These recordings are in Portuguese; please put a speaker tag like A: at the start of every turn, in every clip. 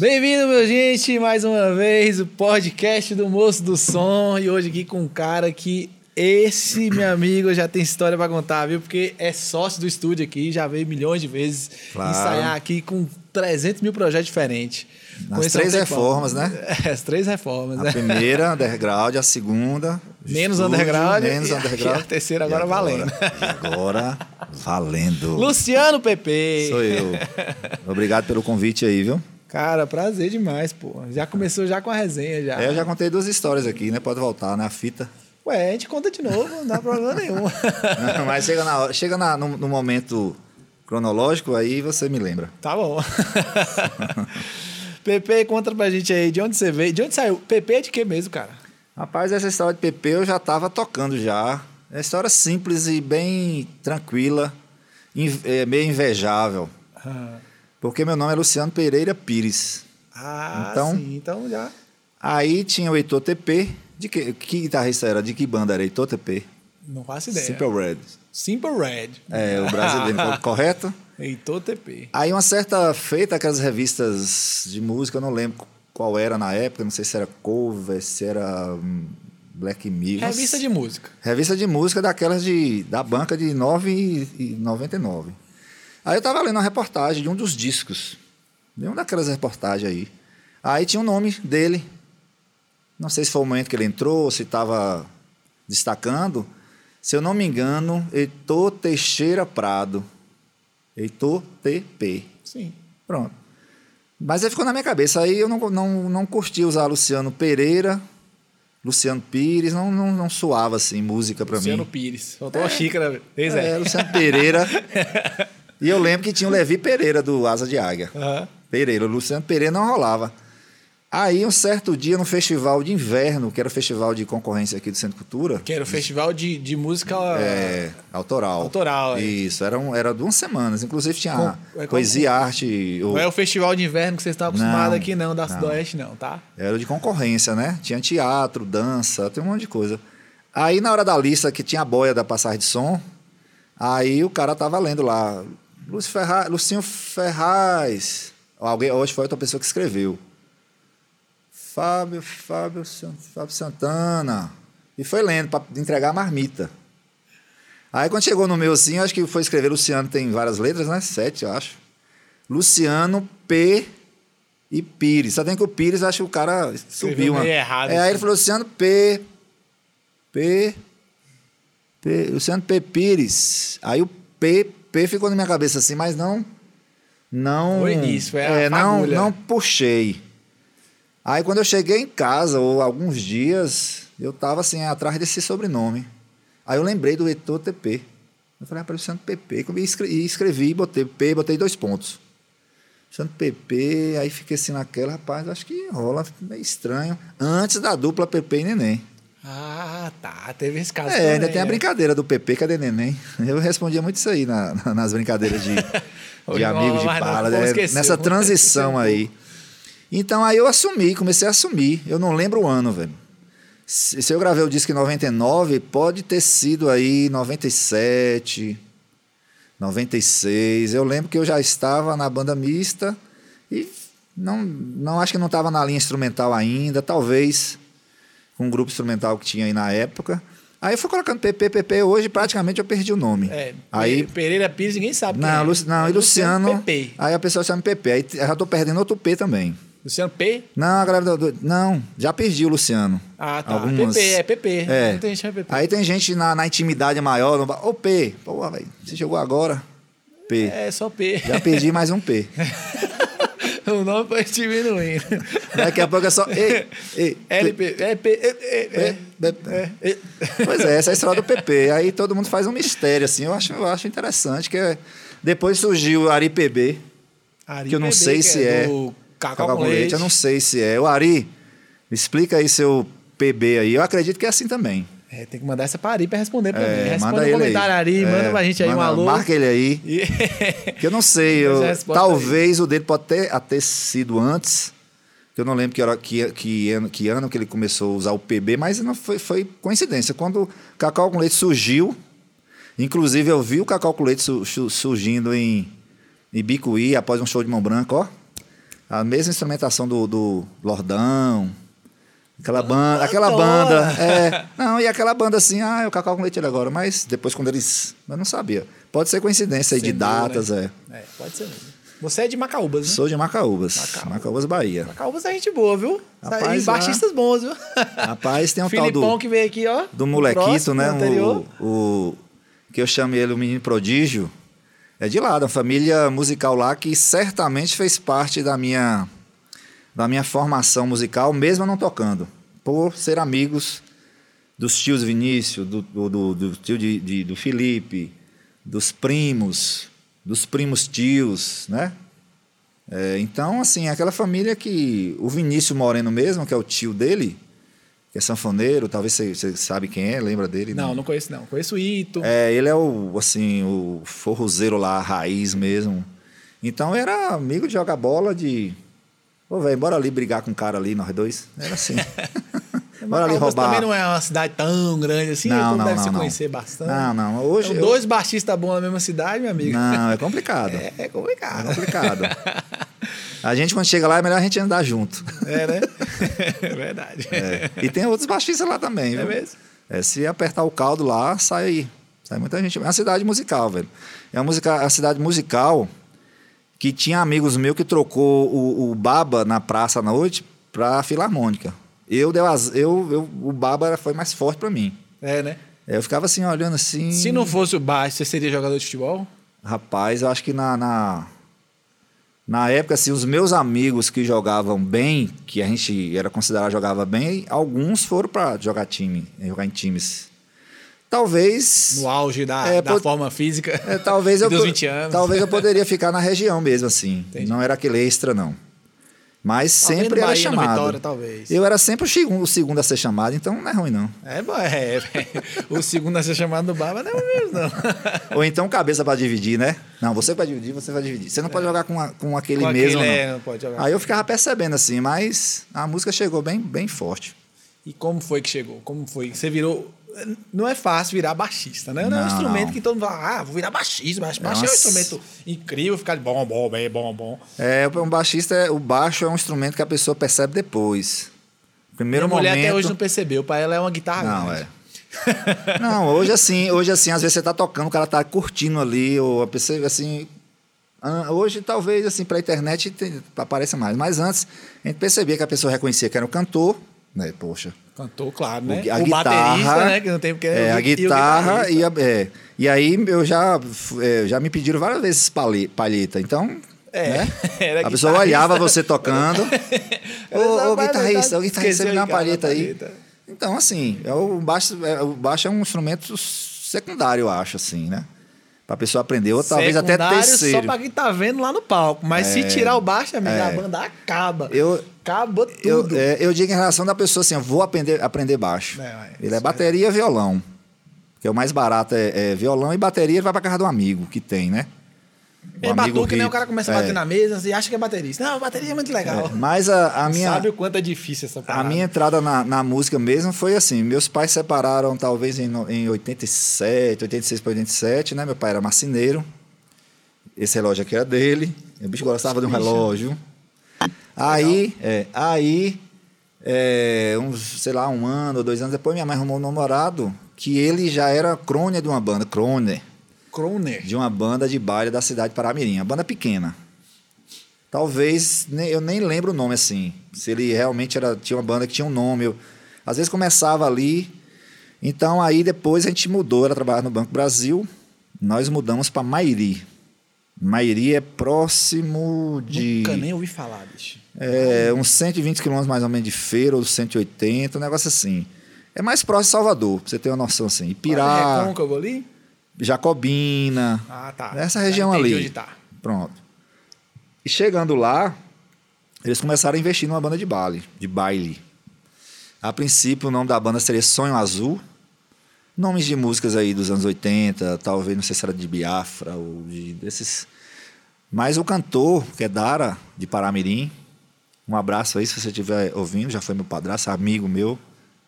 A: Bem-vindo, meu gente, mais uma vez o podcast do Moço do Som e hoje aqui com um cara que esse, meu amigo, já tem história pra contar, viu? Porque é sócio do estúdio aqui, já veio milhões de vezes
B: Claro.
A: ensaiar aqui com 300 mil projetos diferentes.
B: Nas
A: Conheceu
B: três
A: um tempão.
B: reformas, né?
A: É, as três reformas,
B: A
A: né?
B: primeira, underground, a segunda.
A: Menos
B: estúdio,
A: underground
B: Menos
A: e a-
B: underground.
A: e a terceira agora valendo.
B: E agora valendo.
A: Luciano Pepe!
B: Sou eu. Obrigado pelo convite aí, viu?
A: Cara, prazer demais, pô. Já começou já com a resenha, já.
B: É, eu já contei duas histórias aqui, né? Pode voltar, né? A fita.
A: Ué, a gente conta de novo, não dá problema nenhum.
B: Mas chega, na hora, chega na- no, no momento cronológico, aí você me lembra.
A: Tá bom. Pepe, conta pra gente aí, de onde você veio? De onde saiu? Pepe é de quê mesmo, cara?
B: Rapaz, essa história de Pepe eu já estava tocando já. É uma história simples e bem tranquila, inve- é, meio invejável. Ah. Porque meu nome é Luciano Pereira Pires.
A: Ah,
B: Então?
A: sim. Então já.
B: Aí tinha o Heitor TP. De que, que guitarrista era? De que banda era Heitor TP?
A: Não faço ideia. Simple,
B: Simple Red.
A: Red.
B: É, o brasileiro, correto?
A: Heitor TP.
B: Aí uma certa feita, aquelas revistas de música, eu não lembro qual era na época, não sei se era cover, se era hum, Black Mirror.
A: Revista de música.
B: Revista de música daquelas de, da banca de R$ 9,99. Aí eu tava lendo uma reportagem de um dos discos. De uma daquelas reportagens aí. Aí tinha o nome dele. Não sei se foi o momento que ele entrou, se estava destacando. Se eu não me engano, Heitor Teixeira Prado. Heitor TP.
A: Sim.
B: Pronto. Mas aí ficou na minha cabeça. Aí eu não, não, não curti usar Luciano Pereira, Luciano Pires, não, não, não soava assim música pra
A: Luciano
B: mim.
A: Pires. Faltou uma xícara. Pois
B: É,
A: é.
B: Luciano Pereira. e eu lembro que tinha o Levi Pereira do Asa de Águia.
A: Aham.
B: Pereira, o Luciano Pereira não rolava. Aí, um certo dia, no festival de inverno, que era o festival de concorrência aqui do Centro Cultura.
A: Que era o festival de, de música.
B: É, autoral.
A: Autoral, é.
B: Isso, era, um, era duas semanas. Inclusive tinha
A: Com- é, com-
B: poesia, arte. ou-
A: Não é o festival de inverno que vocês estão acostumados
B: Não,
A: aqui, não, da
B: não.
A: Sudoeste, não, tá?
B: Era de concorrência, né? Tinha teatro, dança, tem um monte de coisa. Aí na hora da lista que tinha a boia da passagem de som, aí o cara tava lendo lá. Lúcio Ferra- Lucinho Ferraz. Alguém, hoje foi outra pessoa que escreveu. Fábio, Fábio, San- Fábio Santana. E foi lendo para entregar a marmita. Aí quando chegou no meu assim, eu acho que foi escrever Luciano, tem várias letras, né? Sete, eu acho. Luciano P. e Pires. Só tem que o Pires, acho que o cara subiu.
A: meio
B: né?
A: errado,
B: é, aí
A: assim.
B: ele falou Luciano P. P. P. Luciano P. Pires. Aí o P. P ficou na minha cabeça assim, mas não. Não.
A: Foi nisso, foi a
B: é, não,
A: fagulha.
B: não puxei. Aí quando eu cheguei em casa, ou alguns dias, eu tava assim, atrás desse sobrenome. Aí eu lembrei do Heitor TP. Eu falei, ah, rapaz, Luciano PP. E escre- e escrevi, botei P, botei dois pontos. Luciano PP, aí fiquei assim naquela, rapaz, acho que rola meio estranho. Antes da dupla PP e Neném.
A: Ah, tá. Teve esse caso.
B: É, ainda
A: também,
B: tem a
A: é.
B: brincadeira do PP, cadê neném? Eu respondia muito isso aí na- na- nas brincadeiras de,
A: Hoje
B: de
A: não,
B: amigo de
A: mas não,
B: bala,
A: vamos
B: né?
A: esquecer,
B: nessa
A: vamos
B: transição
A: esquecer um
B: aí. Então aí eu assumi, comecei a assumir. Eu não lembro o ano, velho. Se, se eu gravei o disco em 99, pode ter sido aí 97, 96. Eu lembro que eu já estava na banda mista e não, não acho que não estava na linha instrumental ainda, talvez com um grupo instrumental que tinha aí na época. Aí eu fui colocando PP, PP, hoje praticamente eu perdi o nome.
A: É,
B: aí,
A: Pereira Pires, ninguém sabe. quem é.
B: não, Lu- não, e Luciano,
A: Pepe.
B: aí a pessoa chama PP, aí t- eu já tô perdendo outro P também.
A: Luciano P.
B: Não, a galera do, do- não, já perdi o Luciano.
A: Ah, tá.
B: Algumas-
A: PP, é PP.
B: É.
A: Não tem gente que chama PP.
B: Aí tem gente na, na intimidade maior, no ba- ô P, pô, velho, você chegou agora, P.
A: É só P.
B: Já perdi mais um P.
A: o nome foi diminuindo.
B: Daqui a pouco é só. Ei, ei,
A: LP. É P. É, é,
B: P,
A: é.
B: P, P. Pois é, essa é a história do PP. Aí todo mundo faz um mistério, assim. Eu acho, eu acho interessante. que é- Depois surgiu o Ari PB,
A: Ari
B: que eu não
A: PB,
B: sei se é.
A: do Cacau,
B: Cacau
A: com leite.
B: Eu não sei se é. O Ari, me explica aí seu PB aí. Eu acredito que é assim também.
A: É, tem que mandar essa pra Ari pra responder pra
B: É,
A: mim. Responde
B: manda
A: um
B: ele
A: comentário,
B: aí.
A: Ari.
B: É,
A: manda pra gente aí um
B: manda-
A: alô.
B: Marca ele aí.
A: E-
B: Que eu não sei.
A: Depois
B: eu-
A: é a resposta
B: talvez o dele pode ter, a ter sido antes. que Eu não lembro que, hora, que, que, ano, que ano que ele começou a usar o PB, mas não foi, foi coincidência. Quando o Cacau com Leite surgiu, inclusive eu vi o Cacau com Leite su- su- surgindo em, em Bicuí após um show de mão branca, ó. A mesma instrumentação do, do Lordão. Aquela banda, aquela banda. é. não, e aquela banda assim, ah, eu cacau com leite ele agora. Mas depois, quando eles. Eu não sabia. Pode ser coincidência aí de
A: dúvida,
B: datas,
A: É, pode ser mesmo. Você é de Macaúbas,
B: é.
A: né?
B: Sou de Macaúbas.
A: Macaúbas.
B: Macaúbas, Bahia.
A: Macaúbas é gente boa, viu?
B: Rapaz, é.
A: e baixistas bons, viu?
B: Rapaz, tem um tal
A: Filipão
B: do,
A: que veio aqui, ó.
B: do
A: no
B: molequito,
A: próximo,
B: né?
A: no Anterior.
B: O, o- que eu chamo ele o menino prodígio. É de lá, da família musical lá que certamente fez parte da minha, da minha formação musical, mesmo eu não tocando. Por ser amigos dos tios Vinícius, do, do, do- do tio de, de- do Felipe, dos primos, dos primos tios, né? É, então, assim, aquela família que o Vinícius Moreno mesmo, que é o tio dele, que é sanfoneiro, talvez você você sabe quem é, lembra dele? né?
A: Não, não conheço, não. Conheço o Ito.
B: É, ele é o, assim, o forrozeiro lá, a raiz mesmo. Então era amigo de jogar bola, de. Ô, velho, bora ali brigar com o cara ali, nós dois. Era assim. bora ali
A: Macaúbas
B: roubar.
A: também não é uma cidade tão grande assim, então deve se conhecer bastante.
B: Não, não.
A: São
B: Hoje. eu-
A: dois baixistas bons na mesma cidade, meu amigo.
B: Não, é complicado. É,
A: É, é complicado.
B: complicado. a gente, quando chega lá, é melhor a gente andar junto.
A: É, né? É verdade. É,
B: É. E tem outros baixistas lá também, viu?
A: mesmo?
B: É, se apertar o caldo lá, sai aí. Sai muita gente. É uma cidade musical, velho. É uma, musica, uma cidade musical que tinha amigos meus que trocou o, o baba na praça à noite pra filarmônica. Eu, deu az- eu, eu o baba era- foi mais forte pra mim.
A: É, né?
B: Eu ficava assim, olhando assim.
A: Se não fosse o baixo, você seria jogador de futebol?
B: Rapaz, eu acho que na, na, na época, assim, os meus amigos que jogavam bem, que a gente era considerado jogava bem, alguns foram pra jogar time, eh, jogar em times. Talvez.
A: No auge da,
B: É,
A: da
B: pô-
A: forma física.
B: É, talvez eu
A: dos
B: po-
A: 20 anos.
B: talvez eu poderia ficar na região mesmo assim.
A: Entendi.
B: Não era aquele extra não. Mas
A: Alguém do
B: sempre era
A: Bahia, no
B: chamado.
A: Vitória, talvez.
B: Eu era sempre o segundo, o segundo a ser chamado, então não é ruim não.
A: É, bom, é, é. o segundo a ser chamado no Barba não é mesmo, não.
B: Ou então cabeça pra dividir, né? Não, você vai dividir, você vai dividir. Você não pode jogar com, a- com aquele
A: É. Com aquele,
B: mesmo
A: é,
B: não.
A: não pode jogar.
B: Aí eu ficava percebendo assim, mas a música chegou bem, bem forte.
A: E como foi que chegou? Como foi? que Você virou. Não é fácil virar baixista, né? Não, é um
B: Não,
A: instrumento
B: não.
A: que todo mundo fala, ah, vou virar baixista, baixista. Baixista é um
B: Nossa.
A: instrumento incrível, ficar de bom, bom, bem, bom, bom.
B: É, um baixista, é- o baixo é um instrumento que a pessoa percebe depois. Primeiro
A: Minha mulher
B: momento,
A: até hoje não percebeu, pra ela é uma guitarra.
B: Não,
A: grande.
B: Não, hoje assim, hoje assim, às vezes você tá tocando, o cara tá curtindo ali, ou a pessoa assim. ah, Hoje, talvez, assim, pra internet tem- apareça mais. Mas antes, a gente percebia que a pessoa reconhecia que era um cantor, né? Poxa.
A: Cantor, claro, né?
B: a
A: o baterista,
B: guitarra,
A: né? Que não tem porque.
B: É,
A: o
B: a
A: gui- e o
B: guitarra
A: guitarrista.
B: e, a- é. E aí eu já, f- é, já me pediram várias vezes pali- palheta. Então.
A: É,
B: né?
A: era
B: A
A: guitarrista.
B: pessoa olhava você tocando. ô, ô,
A: Vai,
B: guitarrista,
A: vai,
B: ô, guitarrista,
A: esqueceu
B: você me dá uma
A: de cada
B: palheta aí.
A: palheta.
B: Então, assim, é o baixo, é, o baixo é um instrumento secundário, eu acho, assim, né? Pra pessoa aprender, ou talvez até
A: Secundário
B: terceiro. É.
A: Só pra quem tá vendo lá no palco. Mas se tirar o baixo, amigo, a banda acaba.
B: Eu-
A: Acaba tudo.
B: Eu, é, eu digo em relação da pessoa assim, eu vou aprender, aprender baixo.
A: É, é,
B: ele
A: isso
B: é bateria e violão. Porque o mais barato é, é violão e bateria, ele vai pra casa do amigo que tem, né? Um
A: É
B: amigo
A: batuque, né? O
B: rico.
A: cara começa
B: É.
A: a bater na mesa e acha que é baterista. Não, bateria é muito legal.
B: Mas a, a
A: Não
B: minha,
A: Sabe o quanto é difícil essa
B: a
A: parada.
B: minha entrada na, na música mesmo foi assim: meus pais separaram talvez em, no- em 87, 86 para 87, né? Meu pai era marceneiro. Esse relógio aqui era dele. O bicho gostava de um relógio. Aí, é, aí é, uns, sei lá, um ano ou dois anos depois, minha mãe arrumou um namorado que ele já era crônia de uma banda, crônia
A: Croner.
B: de uma banda de baile da cidade de Paramirim, uma banda pequena. Talvez, nem- eu nem lembro o nome assim, se ele realmente era, tinha uma banda que tinha um nome. eu- às vezes começava ali. Então aí depois a gente mudou, ela trabalhava no Banco Brasil, nós mudamos para Mairi. Mairi é próximo de
A: Nunca nem ouvi falar, bicho.
B: é, uns 120 quilômetros mais ou menos de feira, ou 180, um negócio assim. É mais próximo de Salvador, pra você ter uma noção assim.
A: Olha,
B: Ipirá,
A: Recôncavo ali?
B: Jacobina.
A: Ah, tá.
B: Nessa
A: Já
B: região
A: entendi
B: ali.
A: onde tá.
B: Pronto. E chegando lá, eles começaram a investir numa banda de baile, de baile. A princípio, o nome da banda seria Sonho Azul. Nomes de músicas aí dos anos 80, talvez, não sei se era de Biafra ou de desses. Mas o cantor, que é Dara, de Paramirim, um abraço aí se você estiver ouvindo, já foi meu padrasto, amigo meu,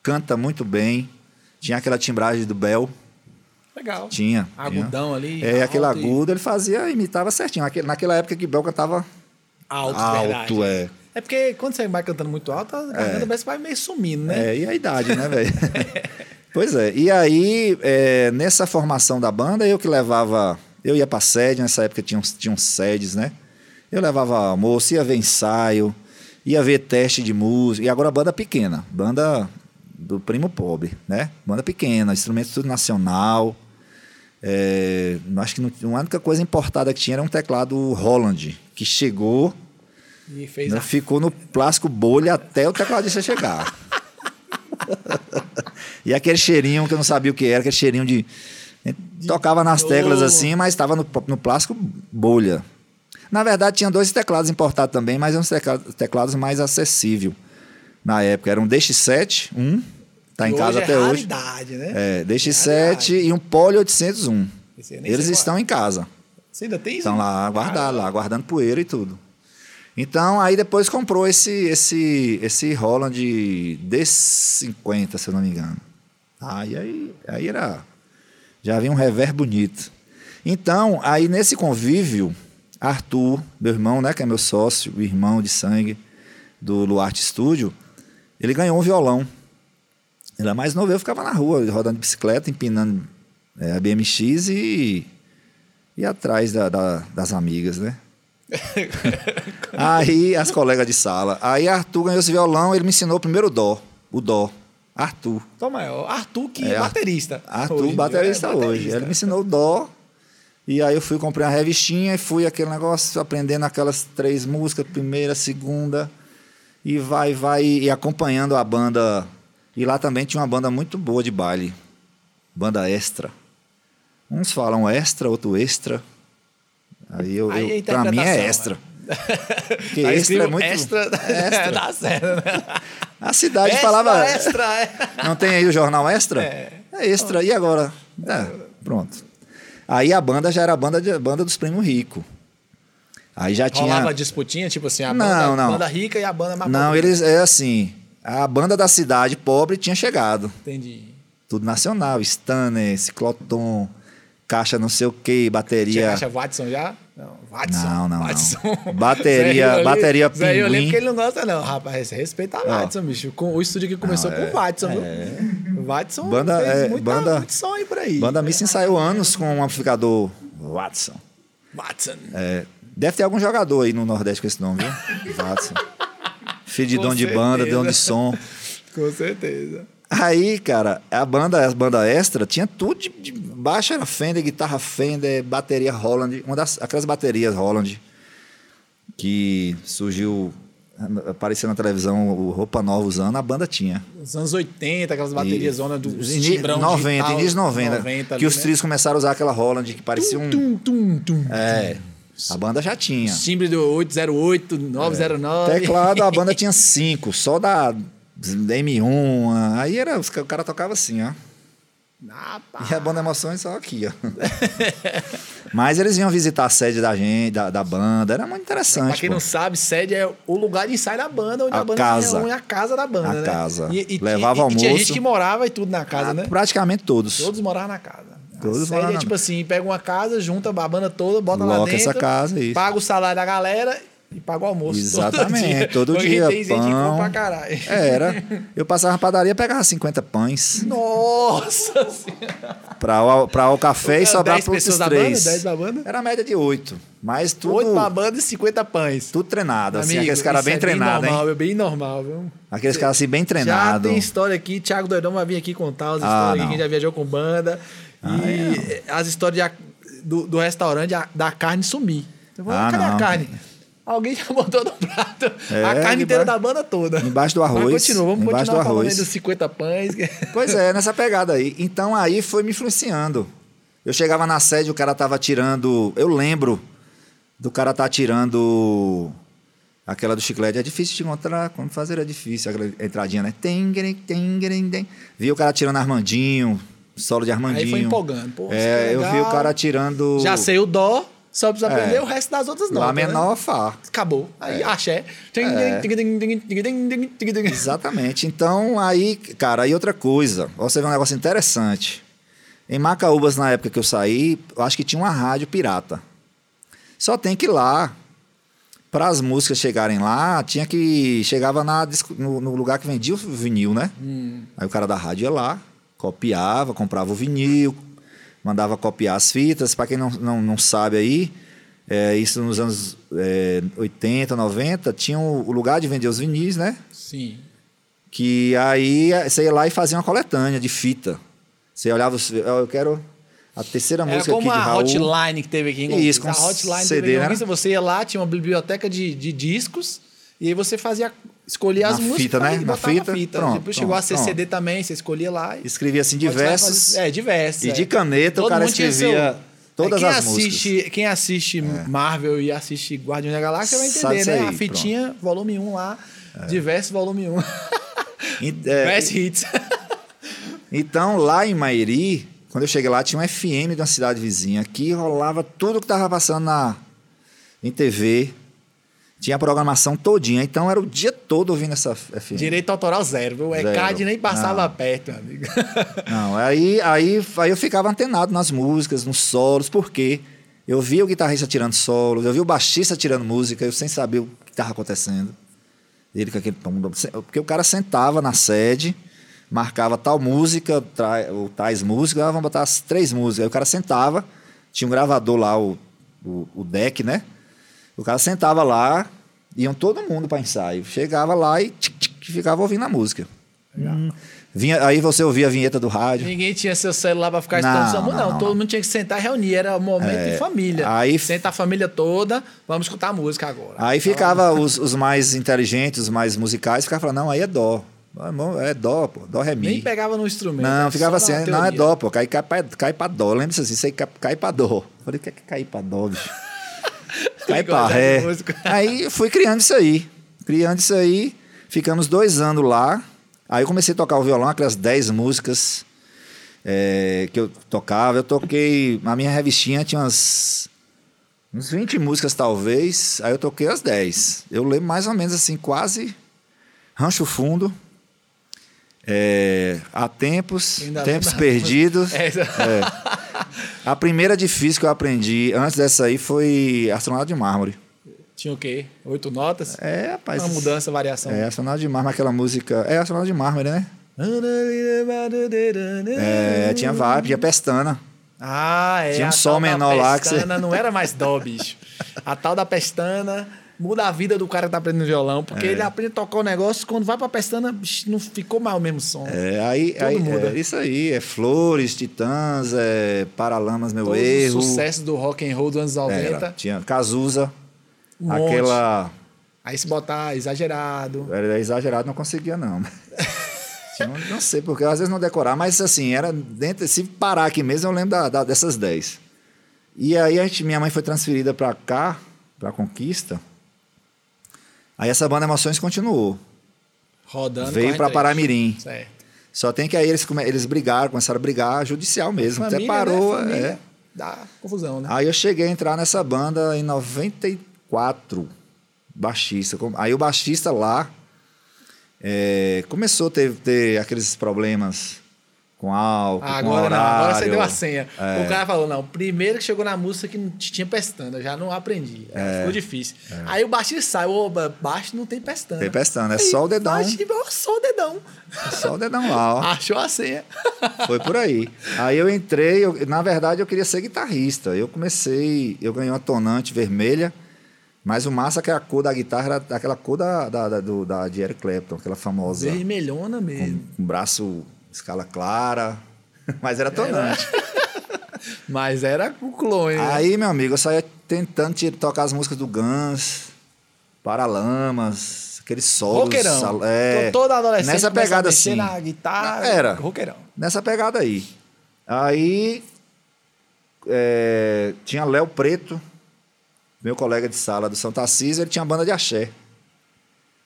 B: canta muito bem, tinha aquela timbragem do Bel,
A: Legal.
B: tinha.
A: Agudão ali,
B: É, aquele
A: alto e-
B: agudo ele fazia, imitava certinho. Naquele- naquela época que Bel cantava
A: Alto,
B: alto,
A: verdade.
B: é.
A: É porque quando você vai cantando muito alto, a garganta parece que vai meio sumindo, né?
B: É, e a idade, né, velho? pois é. E aí, é, nessa formação da banda, eu que levava. Eu ia pra sede, nessa época tinham, tinham sedes, né? Eu levava almoço, ia ver ensaio, ia ver teste de música. E agora banda pequena, banda do primo pobre, né? Banda pequena, instrumento tudo nacional. É, acho que não, a única coisa importada que tinha era um teclado Holland, que chegou
A: E fez
B: não tá
A: a...
B: ficou no plástico bolha até o tecladista chegar. e aquele cheirinho que eu não sabia o que era, aquele cheirinho de. né, Tocava nas teclas
A: Oh.
B: assim, mas estava no, no plástico bolha. Na verdade, tinha dois teclados importados também, mas eram tecla- teclados mais acessível na época. Era um DX7, um, tá em
A: hoje
B: casa
A: é
B: até hoje.
A: raridade, né?
B: É,
A: Raridade.
B: DX7 e um Poly 801.
A: Esse eu nem
B: Eles
A: sei qual é.
B: estão em casa.
A: Você ainda tem isso?
B: Estão Então lá guardados, lá, guardando poeira e tudo. Então, aí depois comprou esse esse esse Holland D50, se eu não me engano. Ah, e aí, aí era. Já havia um reverb bonito. Então, aí nesse convívio, Arthur, meu irmão, né, que é meu sócio, o irmão de sangue do Luarte Studio, ele ganhou um violão. Ele era mais novo, eu ficava na rua, rodando de bicicleta, empinando é, a BMX e e atrás da- da- das amigas, né? aí as colegas de sala. Aí Arthur ganhou esse violão, ele me ensinou o primeiro dó, o dó. Arthur.
A: Toma, ó, Arthur que
B: É, Ar-
A: baterista.
B: Arthur,
A: Hoje em dia
B: baterista,
A: é
B: hoje. Ele me ensinou o dó. E aí eu fui comprei uma revistinha e fui aquele negócio aprendendo aquelas três músicas, primeira, segunda, e vai, vai, e acompanhando a banda. E lá também tinha uma banda muito boa de baile. Banda extra. Uns falam extra, outro extra. Aí eu,
A: Aí
B: eu-
A: é
B: pra mim é
A: interpretação,
B: extra. Porque
A: Aí
B: extra é
A: escreveu
B: muito.
A: Tá Extra,
B: extra.
A: dá certo, né?
B: A cidade falava.
A: Extra, é.
B: Não tem aí o jornal extra?
A: É.
B: É extra. E agora? É, pronto. Aí a banda já era a banda, de, a banda dos primos ricos. Aí já tinha.
A: Rolava disputinha, tipo assim, a
B: Não,
A: banda,
B: não.
A: banda rica e a banda mais
B: Não,
A: pobre.
B: eles. É assim. A banda da cidade pobre tinha chegado.
A: Entendi.
B: Tudo nacional. Stanley, Cicloton, caixa não sei o quê,
A: Tinha
B: bateria.
A: caixa Watson já? Não, Watson.
B: Não, não, não.
A: Watson.
B: Bateria-
A: Zé Rio
B: bateria
A: Zé Rio, Eu
B: pinguim.
A: lembro que ele não gosta, não. Rapaz, respeita a Watson, bicho. Com- O estúdio que começou
B: Não,
A: com
B: é-
A: o Watson, viu? Watson
B: Banda-
A: fez
B: é,
A: muita,
B: banda-
A: muito som aí por aí.
B: Banda Miss ensaiou anos com um amplificador Watson.
A: Watson.
B: É, deve ter algum jogador aí no Nordeste com esse nome, viu? Watson. Filho de
A: Com
B: dono de banda, de dono de
A: certeza.
B: som.
A: Com certeza.
B: Aí, cara, a banda, a banda extra tinha tudo de, de baixo era Fender, guitarra Fender, bateria Holland, uma das aquelas baterias Holland que surgiu eh, apareceu na televisão o roupa nova usando, a banda tinha.
A: Os anos 80, aquelas baterias zona do
B: Ini-
A: timbrão
B: 90,
A: digital,
B: início de 90, que
A: ali,
B: os
A: né?
B: trios começaram a usar aquela Holland que parecia um
A: Tum, tum, tum.
B: é, a banda já tinha.
A: Os timbres do 808, 909.
B: Teclado, a banda tinha cinco, só da M1, aí era os ca- o cara tocava assim, ó.
A: Ah, pá.
B: E a banda Emoções só aqui, ó. Mas eles iam visitar a sede da gente, da, da banda. Era muito
A: Pra
B: interessante.
A: quem
B: pô.
A: não sabe, sede é o lugar de ensaio da banda, onde a,
B: A
A: banda se
B: casa.
A: reúne, a casa da banda,
B: A
A: né?
B: casa.
A: E, e-
B: Levava
A: e- e tinha
B: almoço.
A: gente que morava e tudo na casa,
B: Ah,
A: né?
B: Praticamente todos.
A: Todos moravam na casa.
B: Todos
A: a sede
B: moravam
A: é
B: na-
A: tipo assim, pega uma casa, junta a banda toda, bota lá
B: Loca
A: dentro.
B: essa casa, isso.
A: Paga o salário da galera e paga o almoço
B: Exatamente, todo
A: todo dia. Porque
B: dia,
A: tem gente que
B: pão. É.
A: come pra caralho.
B: Era. Eu passava na padaria, pegava 50 pães
A: Nossa senhora.
B: pra, o- pra o café e
A: Era
B: sobrava
A: 10
B: para outros
A: pessoas da
B: três.
A: banda? 10 da banda?
B: Era a média de oito. Mas tudo,
A: Oito pra banda e 50 pães.
B: tudo treinado. assim,
A: Amigo,
B: aqueles caras
A: isso
B: bem
A: é
B: treinados,
A: bem
B: hein?
A: normal, é bem normal, viu?
B: Aqueles caras assim, bem treinados.
A: Já tem história aqui, Thiago Doidão vai vir aqui contar as
B: Ah,
A: histórias de
B: não. Ah, é,
A: quem já viajou com banda. e as histórias de a- do, do restaurante, a- da carne sumir. Você fala,
B: Ah,
A: cadê a
B: não.
A: carne? Alguém já botou no prato
B: É,
A: a carne inteira
B: embaixo-
A: da banda toda.
B: embaixo do arroz,
A: Mas continua, vamos
B: embaixo
A: continuar
B: do
A: falando
B: arroz.
A: aí dos 50 pães. que-
B: Pois é, nessa pegada aí. Então aí foi me influenciando. Eu chegava na sede, o cara tava tirando. Eu lembro do cara tá tirando aquela do chiclete. É difícil te encontrar, quando fazer é difícil. Aquela entradinha, né? Tengerem, tengerem, tem. Vi o cara tirando Armandinho, solo de Armandinho.
A: Aí foi empolgando. Pô,
B: é,
A: que
B: eu vi
A: legal.
B: o cara tirando.
A: Já sei o dó, só precisa
B: É.
A: aprender o resto das outras notas.
B: Lá
A: né?
B: menor, É. Fá.
A: Acabou. Aí, axé.
B: Exatamente. Então, aí, cara, aí outra coisa. Ó, Você vê um negócio interessante. Em Macaúbas, na época que eu saí, eu acho que tinha uma rádio pirata. Só tem que ir lá Para as músicas chegarem lá, tinha que. Chegava na, disco- no, no lugar que vendia o vinil, né? Aí o cara da rádio ia lá, copiava, comprava o vinil, mandava copiar as fitas. Para quem não, não, não sabe aí, é, isso nos anos é, 80, 90, tinha o, o lugar de vender os vinis, né?
A: Sim.
B: Que aí você ia lá e fazia uma coletânea de fita. Você olhava, os- ó, eu quero a terceira
A: Era
B: música aqui
A: É como
B: de
A: a
B: Raul.
A: Hotline que teve aqui em Conquista.
B: Isso, com
A: a Hotline
B: CD,
A: teve em
B: né?
A: Conquista, você ia lá, tinha uma biblioteca de, de discos, e aí você fazia, escolhia
B: Na
A: as músicas
B: fita, né?
A: e
B: Na
A: botava
B: fita. Pronto,
A: Depois chegou
B: pronto,
A: a ser
B: pronto.
A: CD também, você escolhia lá. e-
B: Escrevia assim diversos.
A: É, diversos.
B: E
A: é.
B: de caneta o
A: Todo
B: cara
A: mundo tinha É,
B: escrevia todas
A: quem
B: as É.
A: assiste, Quem assiste Marvel e assiste Guardiões da Galáxia vai
B: Sabe
A: entender,
B: isso
A: né?
B: aí,
A: a fitinha, volume 1 lá, diversos volume 1.
B: músicas. E- é,
A: Best Hits.
B: então, lá em Mairi, quando eu cheguei lá, tinha um FM de uma cidade vizinha que rolava tudo que tava passando na, em TV. Tinha a programação todinha. Então era o dia todo ouvindo essa FM.
A: Direito autoral zero, viu? O
B: Zero.
A: ECAD nem passava perto, meu amigo.
B: Não, aí, aí, aí eu ficava antenado nas músicas, nos solos, porque eu via o guitarrista tirando solos, eu via o baixista tirando música, eu sem saber o que estava acontecendo. Ele com aquele. pum, pum, se- Porque o cara sentava na sede, marcava tal música, tra- ou tais músicas, ah, vamos botar as três músicas. Aí o cara sentava, tinha um gravador lá, o, o, o deck, né? O cara sentava lá, iam todo mundo para ensaio. Chegava lá e tic, tic, ficava ouvindo a música. Hum. Vinha, aí você ouvia a vinheta do rádio.
A: Ninguém tinha seu celular pra ficar
B: Não,
A: estudando SAMU, não.
B: não, não,
A: Todo
B: não. É,
A: mundo tinha que sentar e reunir. Era um momento em família.
B: aí-
A: Senta a família toda, vamos escutar a música agora.
B: Aí ficava os, os mais inteligentes, os mais musicais, ficava falando, não, aí é dó. Ah, irmão, É dó, pô, dó ré mi.
A: Nem pegava no instrumento.
B: Não,
A: era
B: ficava
A: só
B: assim,
A: na
B: não, é
A: teoria.
B: dó, pô, cai, cai, pra, cai pra dó. Lembra-se assim, isso aí cai, cai pra dó. Eu Falei, o que é que cai pra dó, bicho? cai pra
A: Gostava de
B: ré.
A: música.
B: Aí fui criando isso aí. Criando isso aí, ficamos dois anos lá. Aí eu comecei a tocar o violão, aquelas dez músicas é, que eu tocava. Eu toquei, a minha revistinha tinha umas uns 20 músicas, talvez. Aí eu toquei as 10. Eu lembro mais ou menos assim, quase Rancho Fundo. é, há tempos,
A: Ainda
B: tempos
A: lembra?
B: perdidos.
A: É, isso-
B: A primeira difícil que eu aprendi antes dessa aí foi Astronauta de Mármore.
A: Tinha o quê? Oito notas?
B: É, rapaz.
A: Uma mudança, variação.
B: É, Astronauta de Mármore, aquela música. É Astronauta de Mármore, né? É, tinha várias, tinha Pestana.
A: Ah, é.
B: Tinha um
A: a
B: sol
A: tal da
B: menor lá que você-
A: pestana não era mais dó, bicho. A tal da pestana muda a vida do cara que tá aprendendo violão,
B: É.
A: porque ele aprende a tocar o negócio, quando vai pra pestana, bicho, não ficou mais o mesmo som.
B: É, aí,
A: Tudo
B: aí
A: muda.
B: é, isso aí, é Flores, Titãs, é Paralamas, Meu
A: Todos
B: Erro.
A: os sucessos do rock and roll dos anos 90.
B: Era, tinha Cazuza,
A: Um monte.
B: aquela.
A: Aí se botar exagerado.
B: Era exagerado, não conseguia, não. Tinha um- não sei, porque às vezes não decorar, mas assim, era dentro. Se parar aqui mesmo, eu lembro da- da- dessas 10. E aí a gente, minha mãe foi transferida pra cá, pra Conquista. Aí essa banda Emoções continuou.
A: Rodando.
B: Veio pra
A: 43.
B: Paramirim.
A: Certo.
B: Só tem que aí eles, come- eles brigaram, começaram a brigar, judicial mesmo.
A: Família,
B: Separou.
A: né?
B: é. Ah,
A: Família Dá confusão, né?
B: Aí eu cheguei a entrar nessa banda em 94, baixista. Com- Aí o baixista lá é, começou a ter, ter aqueles problemas com álcool,
A: Ah,
B: com
A: agora
B: horário.
A: não, agora você deu a senha.
B: É.
A: O cara falou, não, primeiro que chegou na música que não t- tinha pestana, eu já não aprendi.
B: É.
A: Aí Ficou difícil. Aí o baixista sai, oba, baixo não tem pestana.
B: Tem pestana, é só o dedão.
A: Baixo, ó, só o dedão.
B: Só o dedão lá, ó.
A: Achou a senha.
B: Foi por aí. Aí eu entrei, eu- na verdade eu queria ser guitarrista. Eu comecei, eu ganhei uma tonante vermelha, mas o massa é que a cor da guitarra era aquela cor da, da, da, do- da de Eric Clapton, aquela famosa.
A: Vermelhona mesmo.
B: um braço escala clara, mas era
A: É,
B: tonante.
A: Mas era o clone, né?
B: Aí, meu amigo, eu saía tentando te- tocar as músicas do Guns, Paralamas, aqueles solos.
A: Roqueirão.
B: sal- é,
A: Tô- Toda adolescente
B: Nessa
A: começa
B: pegada
A: a mexer
B: assim.
A: na guitarra,
B: Era.
A: roqueirão.
B: Nessa pegada aí. Aí é, tinha Léo Preto, meu colega de sala do Santa Cisa, ele tinha banda de axé.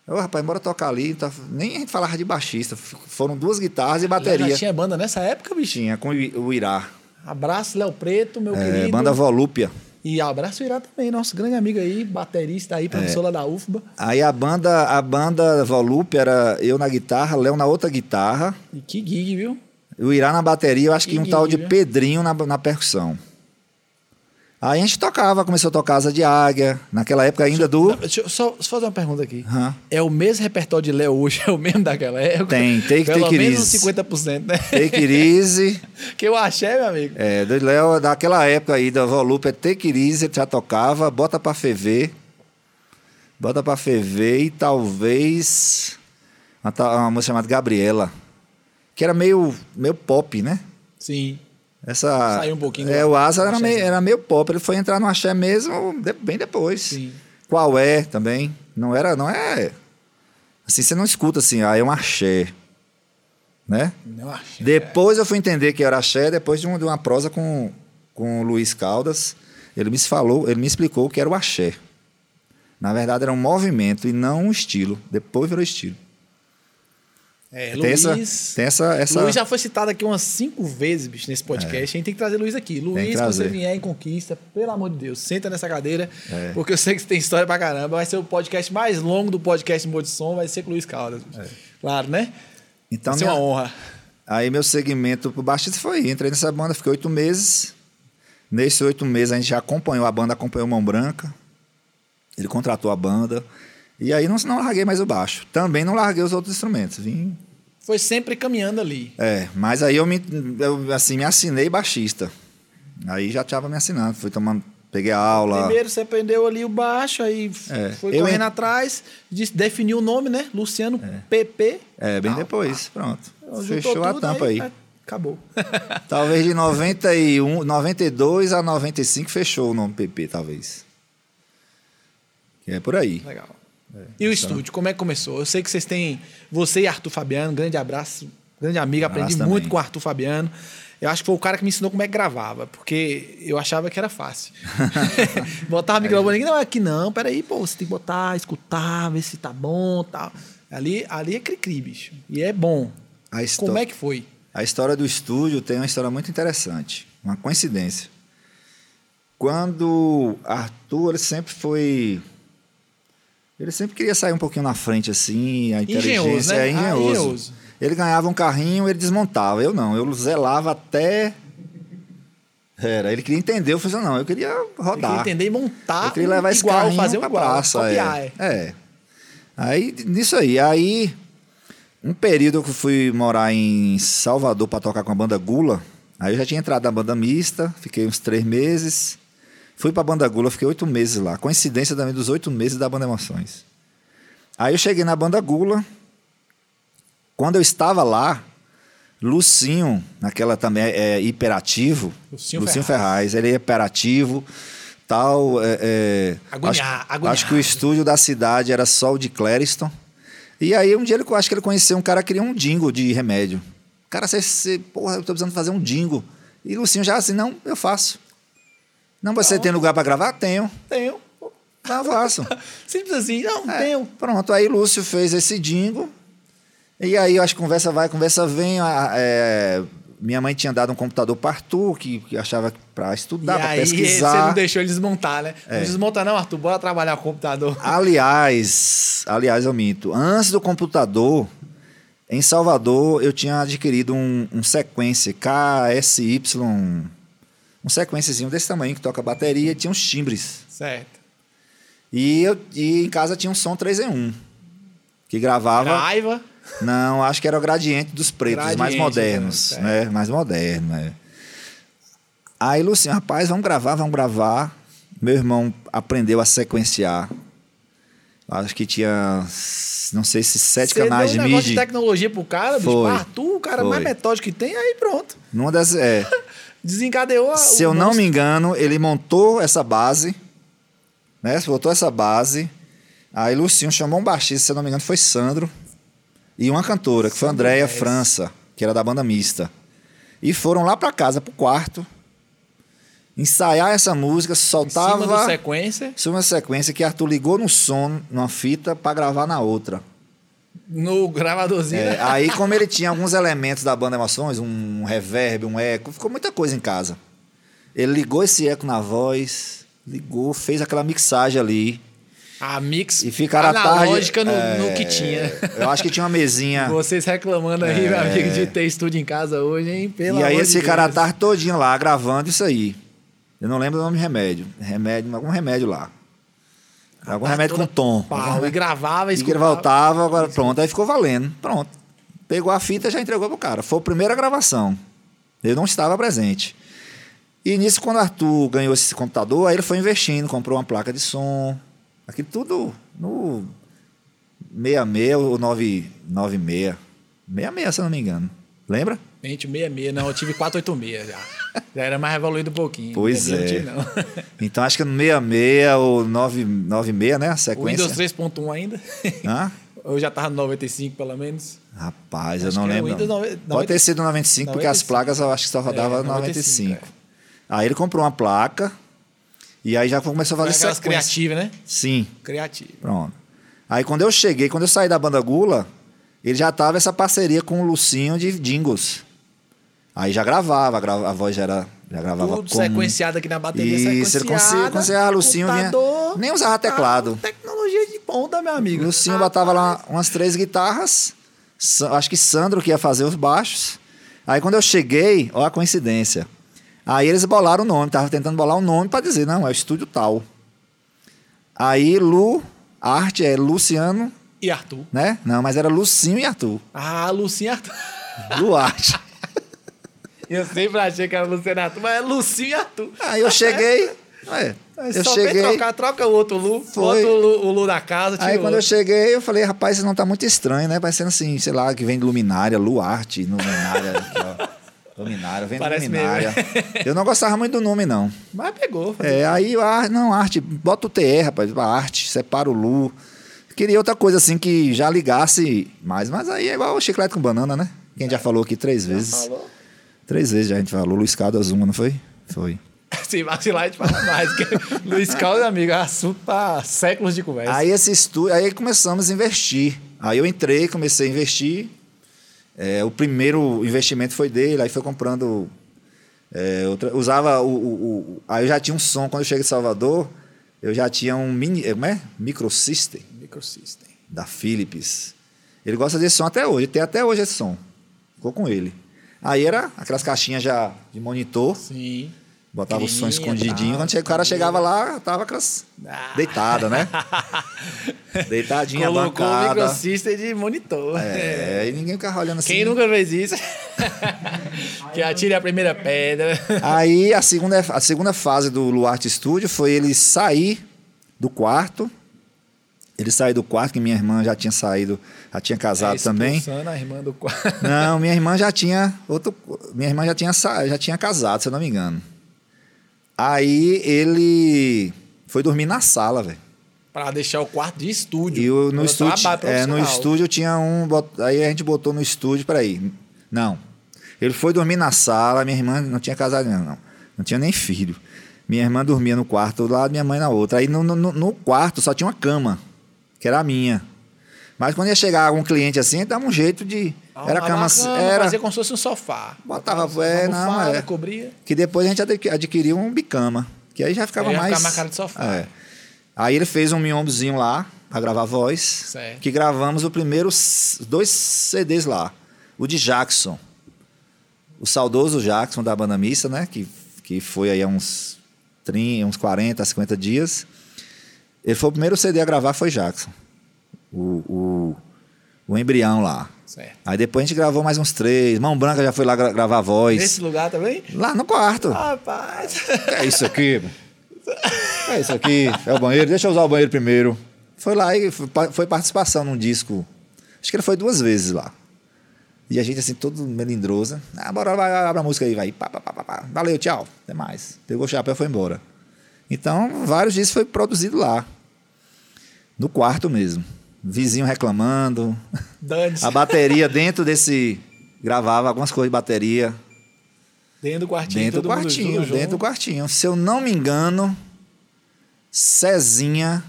B: Eu, rapaz, bora tocar ali. tá- Nem a gente falava de baixista. f- Foram duas guitarras e bateria.
A: Já tinha banda nessa época, bicho?
B: Tinha com o I- o Irá.
A: Abraço, Léo Preto, meu
B: É,
A: querido.
B: banda Volúpia.
A: E abraço o Irá também, nosso grande amigo aí, baterista
B: É.
A: aí, professor lá da UFBA.
B: Aí a banda, a banda Volúpia era eu na guitarra, Léo na outra guitarra,
A: E que gig, viu?
B: o Irá na bateria, eu acho que um
A: Ih,
B: tal de
A: viu?
B: Pedrinho na, na percussão. Aí a gente tocava, começou a tocar Asa de Águia, naquela época ainda do.
A: Deixa eu só, só fazer uma pergunta aqui.
B: Aham.
A: É o mesmo repertório de Léo hoje, é o mesmo daquela época?
B: Tem, Take,
A: Pelo
B: Take It
A: menos
B: Easy.
A: 50%, né?
B: Take It Easy.
A: Que eu achei, meu amigo.
B: É, do Léo, daquela época aí, da Volupe, é Take It Easy, ele já tocava, Bota Pra Ferver. Bota Pra Ferver e talvez uma, ta- uma moça chamada Gabriela, que era meio, meio pop, né?
A: Sim.
B: Essa,
A: Saiu um pouquinho
B: É,
A: do- né?
B: o Asa era
A: do
B: meio,
A: axézinho.
B: era meio pop, ele foi entrar no axé mesmo de- bem depois.
A: Sim.
B: Qual é também, não era, não é... Assim, você não escuta assim, ah, é um axé, né?
A: Não achei.
B: Depois eu fui entender que era axé, depois de, um- de uma prosa com, com o Luiz Caldas, ele me falou, ele me explicou que era o axé. Na verdade, era um movimento e não um estilo. Depois virou estilo.
A: É,
B: tem
A: Luiz...
B: essa, tem essa, essa É.
A: Luiz já foi citado aqui umas cinco vezes, bicho, nesse podcast. A gente tem que trazer Luiz aqui. Luiz, quando
B: trazer.
A: você vier em conquista, pelo amor de Deus, senta nessa cadeira,
B: É.
A: porque eu sei que você tem história pra caramba. Vai ser o podcast mais longo do podcast Mô de Som, vai ser com o Luiz Caldas. Claro, né?
B: É. então
A: vai ser
B: minha-
A: uma honra.
B: aí meu segmento pro baixista foi entrei nessa banda, fiquei oito meses. Nesses oito meses a gente já acompanhou a banda, acompanhou Mão Branca. Ele contratou a banda e aí não, não larguei mais o baixo. Também não larguei os outros instrumentos. Vim
A: Foi sempre caminhando ali.
B: É, mas aí eu me, eu, assim, me assinei baixista. Aí já tava me assinando, fui tomando, peguei a aula.
A: Primeiro você aprendeu ali o baixo, aí f-
B: É.
A: foi
B: Eu
A: correndo
B: en-
A: atrás, disse- definiu o nome, né? Luciano PP.
B: É, bem
A: Tal.
B: depois, pronto.
A: Ah. Juntou
B: Fechou a
A: tudo,
B: tampa aí.
A: é, Acabou.
B: Talvez de 91, 92 a 95 fechou o nome PP, talvez. Que é por aí.
A: Legal.
B: então.
A: e o estúdio, como é que começou? Eu sei que vocês têm. Você e Arthur Fabiano, grande abraço, grande amigo,
B: Abraço
A: aprendi
B: também.
A: muito com o Arthur Fabiano. Eu acho que foi o cara que me ensinou como é que gravava, porque eu achava que era fácil. Botava o microfone aqui, não, é aqui não, peraí, pô, você tem que botar, escutar, ver se tá bom tal. Ali, ali é cri-cri, bicho. E é bom.
B: A histó-
A: Como é que foi?
B: A história do estúdio tem uma história muito interessante, uma coincidência. Quando Arthur ele sempre foi ele sempre queria sair um pouquinho na frente assim, a inteligência
A: Engenhoso, né?
B: é engenhoso.
A: Ah, engenhoso.
B: Ele ganhava um carrinho, ele desmontava. Eu não, eu zelava até era, ele queria entender, eu falei, assim, não, eu queria
A: Eu queria
B: rodar.
A: entender e montar
B: Eu queria levar esse
A: Tá igual,
B: carrinho
A: fazer um
B: pra
A: igual,
B: praça.
A: copiar.
B: é.
A: é.
B: é. Aí, nisso aí. Aí, um período que eu fui morar em Salvador pra tocar com a banda Gula. Aí eu já tinha entrado na banda mista, fiquei uns três meses. Fui pra banda Gula, fiquei oito meses lá. Coincidência também dos oito meses da banda Emoções. Aí eu cheguei na banda Gula. Quando eu estava lá, Lucinho, naquela também é, é, hiperativo.
A: Lucinho
B: Ferraz. ele é hiperativo, tal. É, é,
A: Agoniado,
B: acho,
A: agoniado.
B: acho que o estúdio da cidade era só o de Clériston. E aí um dia ele, acho que ele conheceu um cara que queria um dingo de remédio. Cara, você, você- porra, eu tô precisando fazer um dingo. E Lucinho já assim, não, eu faço. Não, você tem lugar pra gravar? Tenho.
A: Tenho.
B: Não, eu faço.
A: Simples assim, não,
B: É,
A: tenho.
B: Pronto, aí Lúcio fez esse dingo. E aí, eu acho que conversa vai, conversa vem. a- é, minha mãe tinha dado um computador para Arthur, que, que achava para estudar,
A: e
B: para
A: aí, você não
B: pesquisar. É.
A: deixou ele desmontar, né? Não desmonta não, Arthur, bora trabalhar o computador.
B: Aliás, aliás, eu minto. Antes do computador, em Salvador, eu tinha adquirido um, um sequência KSY, um sequenciazinho desse tamanho que toca bateria e tinha uns timbres.
A: Certo.
B: E, eu, e em casa tinha um som 3 em 1, que gravava.
A: Raiva.
B: Não, acho que era o gradiente dos pretos, os mais
A: Gradiente,
B: modernos,
A: então,
B: né? Mais moderno, né? Aí, Lucinho, rapaz, vamos gravar, vamos gravar. Meu irmão aprendeu a sequenciar. Acho que tinha, não sei se sete
A: Você
B: canais
A: deu um
B: de
A: negócio de
B: mídia.
A: tecnologia pro cara, bicho,
B: Foi.
A: pro Arthur, o cara
B: Foi.
A: mais metódico que tem, aí pronto.
B: Numa das, é,
A: Desencadeou a-
B: se
A: o
B: eu não
A: monstro.
B: me engano, ele montou essa base, né? Botou essa base. Aí, Lucinho chamou um baixista, se eu não me engano, foi Sandro. E uma cantora, que foi
A: Sandro
B: Andréia
A: Reis.
B: França, que era da banda mista. E foram lá pra casa, pro quarto, ensaiar essa música,
A: em cima do
B: soltava
A: sequência,
B: isso é uma sequência que Arthur ligou no som, numa fita, pra gravar na outra.
A: no gravadorzinho.
B: É,
A: né?
B: aí, como ele tinha alguns elementos da banda Emoções, um reverb, um eco, ficou muita coisa em casa. Ele ligou esse eco na voz, ligou, fez aquela mixagem ali.
A: A mix
B: E ficaram à tarde.
A: analógica no,
B: é,
A: no que tinha.
B: Eu acho que tinha uma mesinha.
A: Vocês reclamando aí, meu amigo, de ter estúdio em casa hoje, hein? Pelo
B: É. e aí
A: amor
B: eles
A: de
B: ficaram a
A: Deus.
B: tarde todinha lá gravando isso aí. Eu não lembro o nome do remédio. Remédio, algum remédio lá. Algum
A: Tá
B: remédio com
A: toda né?
B: tom.
A: Pau, e gravava,
B: E que ele
A: escutava.
B: voltava, agora pronto. Aí ficou valendo. Pronto. Pegou a fita e já entregou pro cara. Foi a primeira gravação. Eu não estava presente. E nisso, quando o Arthur ganhou esse computador, aí ele foi investindo, comprou uma placa de som. Aquilo tudo no 66 ou 996. 66, se eu não me engano. Lembra?
A: Gente, 66, não, eu tive 486 já. Já era mais evoluído um pouquinho.
B: Pois
A: Não tinha,
B: é.
A: não.
B: Então acho que no 66 ou 996, né? A
A: O
B: sequência.
A: Windows 3.1 ainda?
B: Hã?
A: Eu já tava no 95, pelo menos.
B: Rapaz,
A: Acho
B: eu não
A: que é era
B: lembro.
A: Windows
B: não.
A: 90
B: Pode ter sido 95, porque as
A: 95.
B: placas eu acho que só rodava
A: É,
B: 95.
A: 95, é.
B: Aí ele comprou uma placa e aí já começou a fazer
A: Aquelas
B: sequência.
A: criativas, né?
B: Sim,
A: Criativa.
B: pronto. Aí quando eu cheguei, quando eu saí da banda Gula, ele já tava essa parceria com o Lucinho de Jingles. Aí já gravava, grava- a voz já era. Já gravava
A: Tudo
B: comum.
A: sequenciado aqui na bateria,
B: Isso, ele
A: sequenciada.
B: conseguia, conseguia. Ah, Lucinho vinha,
A: computador,
B: nem usava teclado.
A: ah, tecnologia de ponta, meu amigo.
B: Lucinho
A: Ah,
B: botava lá umas três guitarras. Sa- Acho que Sandro que ia fazer os baixos. Aí quando eu cheguei, ó a coincidência. Aí eles bolaram o nome, tava tentando bolar o nome para dizer, não, é o estúdio tal. Aí Lu, a arte é Luciano,
A: E Arthur.
B: né? Não, mas era Lucinho e Arthur.
A: Ah, Lucinho e Arthur.
B: Lu Arte.
A: Eu sempre achei que era Luciano Arthur, mas é Lucinho e Arthur.
B: Aí eu cheguei, ué,
A: Aí
B: eu
A: só vem
B: cheguei.
A: trocar, troca o outro Lu,
B: Foi.
A: outro Lu, o Lu da casa, tira
B: Aí
A: o
B: quando eu
A: outro.
B: cheguei, eu falei, rapaz, isso não tá muito estranho, né? Parecendo assim, sei lá, que vem de luminária, luarte, luminária. aqui, ó. Luminária, vem de
A: Parece né?
B: luminária. Eu não gostava muito do nome, não.
A: Mas pegou.
B: É, aí, ah, não, arte, bota o TR, rapaz, a arte, separa o Lu. Queria outra coisa assim que já ligasse mais, mas aí é igual o chiclete com banana, né? Quem já falou aqui três vezes.
A: É. Falou.
B: Três vezes já a gente falou, Luiz Caldas uma, não foi? Foi.
A: Se vacilar, a gente fala mais. Porque Luiz Caldas, amigo, é assunto pra séculos de conversa.
B: Aí esse estúdio, aí começamos a investir. Aí eu entrei, comecei a investir. É, o primeiro investimento foi dele, aí foi comprando. é, outra- usava o, o- o- Aí eu já tinha um som quando eu cheguei de Salvador. Eu já tinha um mini. é, Como é? Microsystem
A: Microsystem.
B: da Philips. Ele gosta desse som até hoje, tem até hoje esse som. Ficou com ele. Aí era aquelas caixinhas já de monitor,
A: Sim.
B: botava o som
A: Pequenininha,
B: escondidinho.
A: tá,
B: Quando che- o cara chegava lá, tava aquelas
A: Ah.
B: deitada, né? Deitadinha,
A: Colocou o
B: bancada.
A: microsystem de monitor.
B: É, e ninguém ficava olhando assim.
A: Quem nunca fez isso? que atire a primeira pedra.
B: Aí a segunda, a segunda fase do Luarte Studio foi ele sair do quarto. Ele saiu do quarto, que minha irmã já tinha saído, já tinha
A: É
B: casado também.
A: Expulsando a irmã do quarto.
B: Não, minha irmã já tinha outro, minha irmã já tinha sa- já tinha casado, se eu não me engano. Aí ele foi dormir na sala, velho.
A: pra deixar o quarto de estúdio.
B: E eu, no
A: Pra
B: estúdio,
A: trabalho
B: é, no
A: profissional.
B: estúdio tinha um, bot- aí a gente botou no estúdio para ir. Não. Ele foi dormir na sala, minha irmã não tinha casado ainda, não. Não tinha nem filho. Minha irmã dormia no quarto do lado, minha mãe na outra. Aí no, no- no- no quarto só tinha uma cama, que era a minha. Mas quando ia chegar algum cliente assim, dava um jeito de. Era
A: Arrumava
B: cama.
A: a cama,
B: era,
A: Fazia como se fosse um sofá. um
B: Botava-
A: Botava
B: é,
A: uma
B: não,
A: almofada,
B: é.
A: cobria.
B: que depois a gente adqui- adquiriu um bicama. Que aí já ficava
A: Aí ia
B: mais.
A: ficar mais cara de sofá.
B: É. Aí ele fez um miombozinho lá, pra gravar voz.
A: Certo.
B: Que gravamos o primeiro s- dois CDs lá. O de Jackson. O saudoso Jackson da banda mista, né? Que, que foi aí há uns, 30, uns 40, 50 dias. Ele foi o primeiro CD a gravar, foi Jackson. O, o, o embrião lá.
A: Certo.
B: Aí depois a gente gravou mais uns três. Mão Branca já foi lá gra- gravar voz.
A: Nesse lugar também?
B: Lá no quarto.
A: Rapaz.
B: É isso aqui. É isso aqui. É o banheiro. Deixa eu usar o banheiro primeiro. Foi lá e foi pa- foi participação num disco. Acho que ele foi duas vezes lá. E a gente, assim, todo melindrosa. Ah, bora, vai, vai, abre a música aí, vai. Pá, pá, pá, pá, pá. Valeu, tchau. Até mais. Pegou o chapéu e foi embora. Então, vários discos foi produzido lá. No quarto mesmo. Vizinho reclamando.
A: Dane-se.
B: A bateria dentro desse. Gravava algumas coisas de bateria.
A: Dentro do quartinho.
B: Dentro do
A: todo mundo
B: quartinho,
A: junto.
B: dentro do quartinho. Se eu não me engano, Cezinha.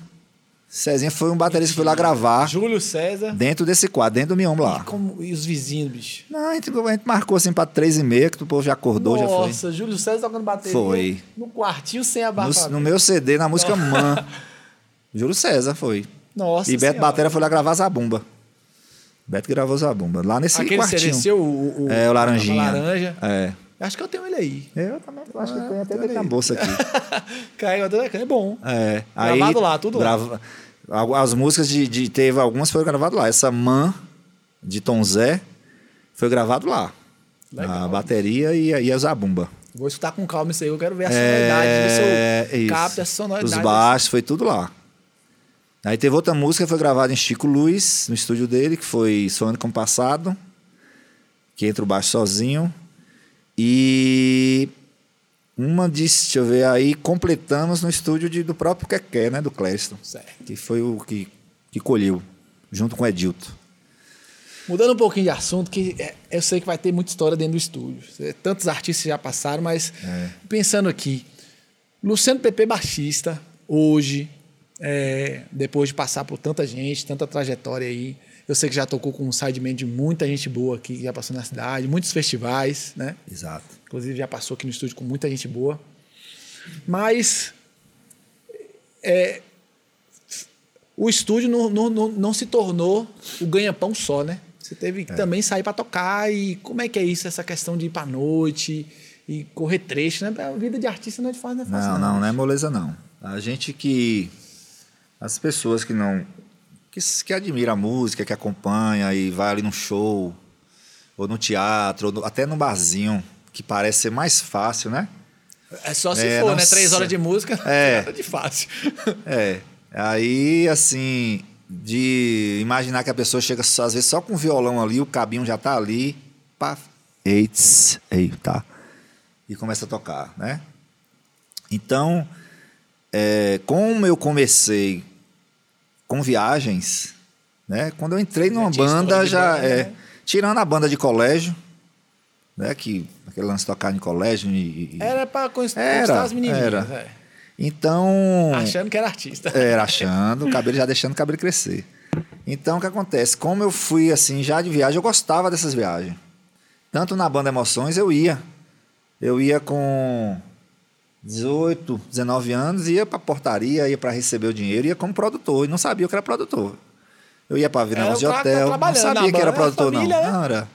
B: Cezinha foi um baterista que foi lá gravar
A: Júlio César.
B: dentro desse quadro, dentro do miombo lá.
A: Como... E os vizinhos, bicho.
B: Não, a gente, a gente marcou assim pra três e meia, que o povo já acordou, já
A: Nossa, Júlio César tocando bateria.
B: Foi.
A: No quartinho sem
B: foi.
A: abafamento.
B: No, no meu CD, na música Man. Júlio César foi.
A: Nossa
B: e Beto
A: Senhora.
B: Batera foi lá gravar Zabumba. Beto gravou Zabumba, lá nesse
A: Aquele
B: quartinho.
A: CDC, o, o,
B: É, o Laranjinha.
A: a laranja.
B: É.
A: Acho que eu tenho ele aí.
B: Eu também eu acho que tem até
A: olha
B: dentro da
A: aí.
B: bolsa aqui.
A: Caiu até da cana, é bom.
B: É.
A: Gravado lá, tudo lá.
B: grava- Algu- As músicas de, de- Teve algumas que foram gravadas lá. Essa Man, de Tom Zé, foi gravado lá.
A: Legal.
B: A bateria e, a- e a Zabumba.
A: Vou escutar com calma isso aí. Eu quero ver a
B: É,
A: sonoridade do seu
B: isso.
A: capta, a sonoridade.
B: Os baixos, foi tudo lá. Aí teve outra música que foi gravada em Chico Luiz, no estúdio dele, que foi Sonho com o Passado, que entra o baixo sozinho. E uma disse, deixa eu ver, aí completamos no estúdio de- do próprio Keké, né, do Cleston,
A: Certo.
B: que foi o que, que colheu, junto com o Edilto.
A: Mudando um pouquinho de assunto, que é, eu sei que vai ter muita história dentro do estúdio. Cê- Tantos artistas já passaram, mas pensando aqui, Luciano Pepe é baixista, hoje, é, depois de passar por tanta gente, tanta trajetória aí, eu sei que já tocou com um sideman de muita gente boa aqui, que já passou na cidade, muitos festivais, né?
B: Exato.
A: Inclusive já passou aqui no estúdio com muita gente boa. Mas é, o estúdio não, não, não, não se tornou o ganha-pão só, né? Você teve
B: É.
A: que também sair para tocar. E como é que é isso, essa questão de ir para noite e correr trecho, né? A vida de artista não é de fácil, não é fácil.
B: Não, não, não é moleza não. A gente que as pessoas que não que, s- que admira a música, que acompanha e vai ali num show ou no teatro, ou no- até num barzinho, que parece ser mais fácil, né?
A: É só se
B: É,
A: for, né?
B: nossa.
A: Três horas de música,
B: É.
A: nada de fácil.
B: É. Aí assim, de imaginar que a pessoa chega só- às vezes só com o violão ali, o cabinho já tá ali, pá, eits, eita. E começa a tocar, né? Então, é, como eu comecei com viagens, né? Quando eu entrei numa
A: tinha história
B: banda,
A: de
B: já
A: banda,
B: é,
A: né?
B: tirando a banda de colégio, né? Que aquele lance de tocar em colégio e, e-
A: Era para conquistar
B: Era,
A: as menininhas.
B: era. É.
A: é.
B: então
A: Achando que era artista.
B: era achando, o cabelo já deixando o cabelo crescer. Então o que acontece? Como eu fui assim já de viagem, eu gostava dessas viagens. Tanto na banda Emoções eu ia. Eu ia com 18, 19 anos, ia pra portaria, ia pra receber o dinheiro, ia como produtor, e não sabia o que era produtor. Eu ia pra vir
A: Era
B: negócio de
A: o cara que tá
B: hotel, não
A: trabalhando na
B: sabia que era
A: banda, era a
B: produtor,
A: família, né?
B: não. não era.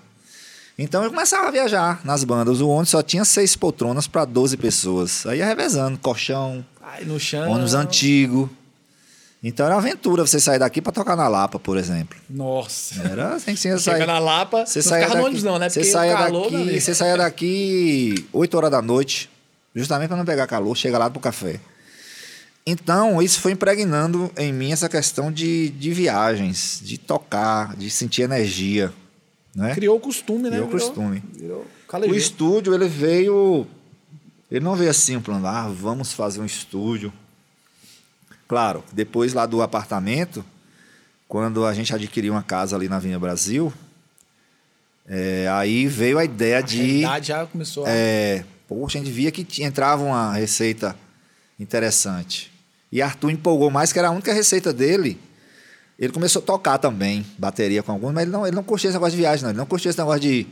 B: Então eu começava a viajar nas bandas. O ônibus só tinha seis poltronas pra 12 pessoas. Aí ia revezando, colchão,
A: Ai, no chão.
B: ônibus antigo. Então era uma aventura você sair daqui pra tocar na Lapa, por exemplo.
A: Nossa.
B: Era assim que você ia
A: Chega
B: sair.
A: na Lapa,
B: Você
A: não
B: saia
A: ficava
B: daqui,
A: no ônibus não, né?
B: Você
A: Porque o
B: saia
A: calor, meu
B: daqui,
A: amigo.
B: você saia daqui 8 horas da noite, justamente pra não pegar calor, chega lá pro café. Então, isso foi impregnando em mim essa questão de, de viagens, de tocar, de sentir energia, né?
A: Criou o costume, né?
B: Criou o
A: Virou-
B: costume.
A: Virou
B: O
A: calejou.
B: estúdio, ele veio. Ele não veio assim, um plano, ah, vamos fazer um estúdio. Claro, depois lá do apartamento, quando a gente adquiriu uma casa ali na Vinha Brasil, é, aí veio a ideia
A: A
B: de.
A: realidade já começou a...
B: É, poxa, a gente via que tinha- entrava uma receita interessante. E Arthur empolgou mais, que era a única receita dele. Ele começou a tocar também, bateria com alguns, mas ele não, ele não curtia esse negócio de viagem, não. Ele não curtia esse negócio de,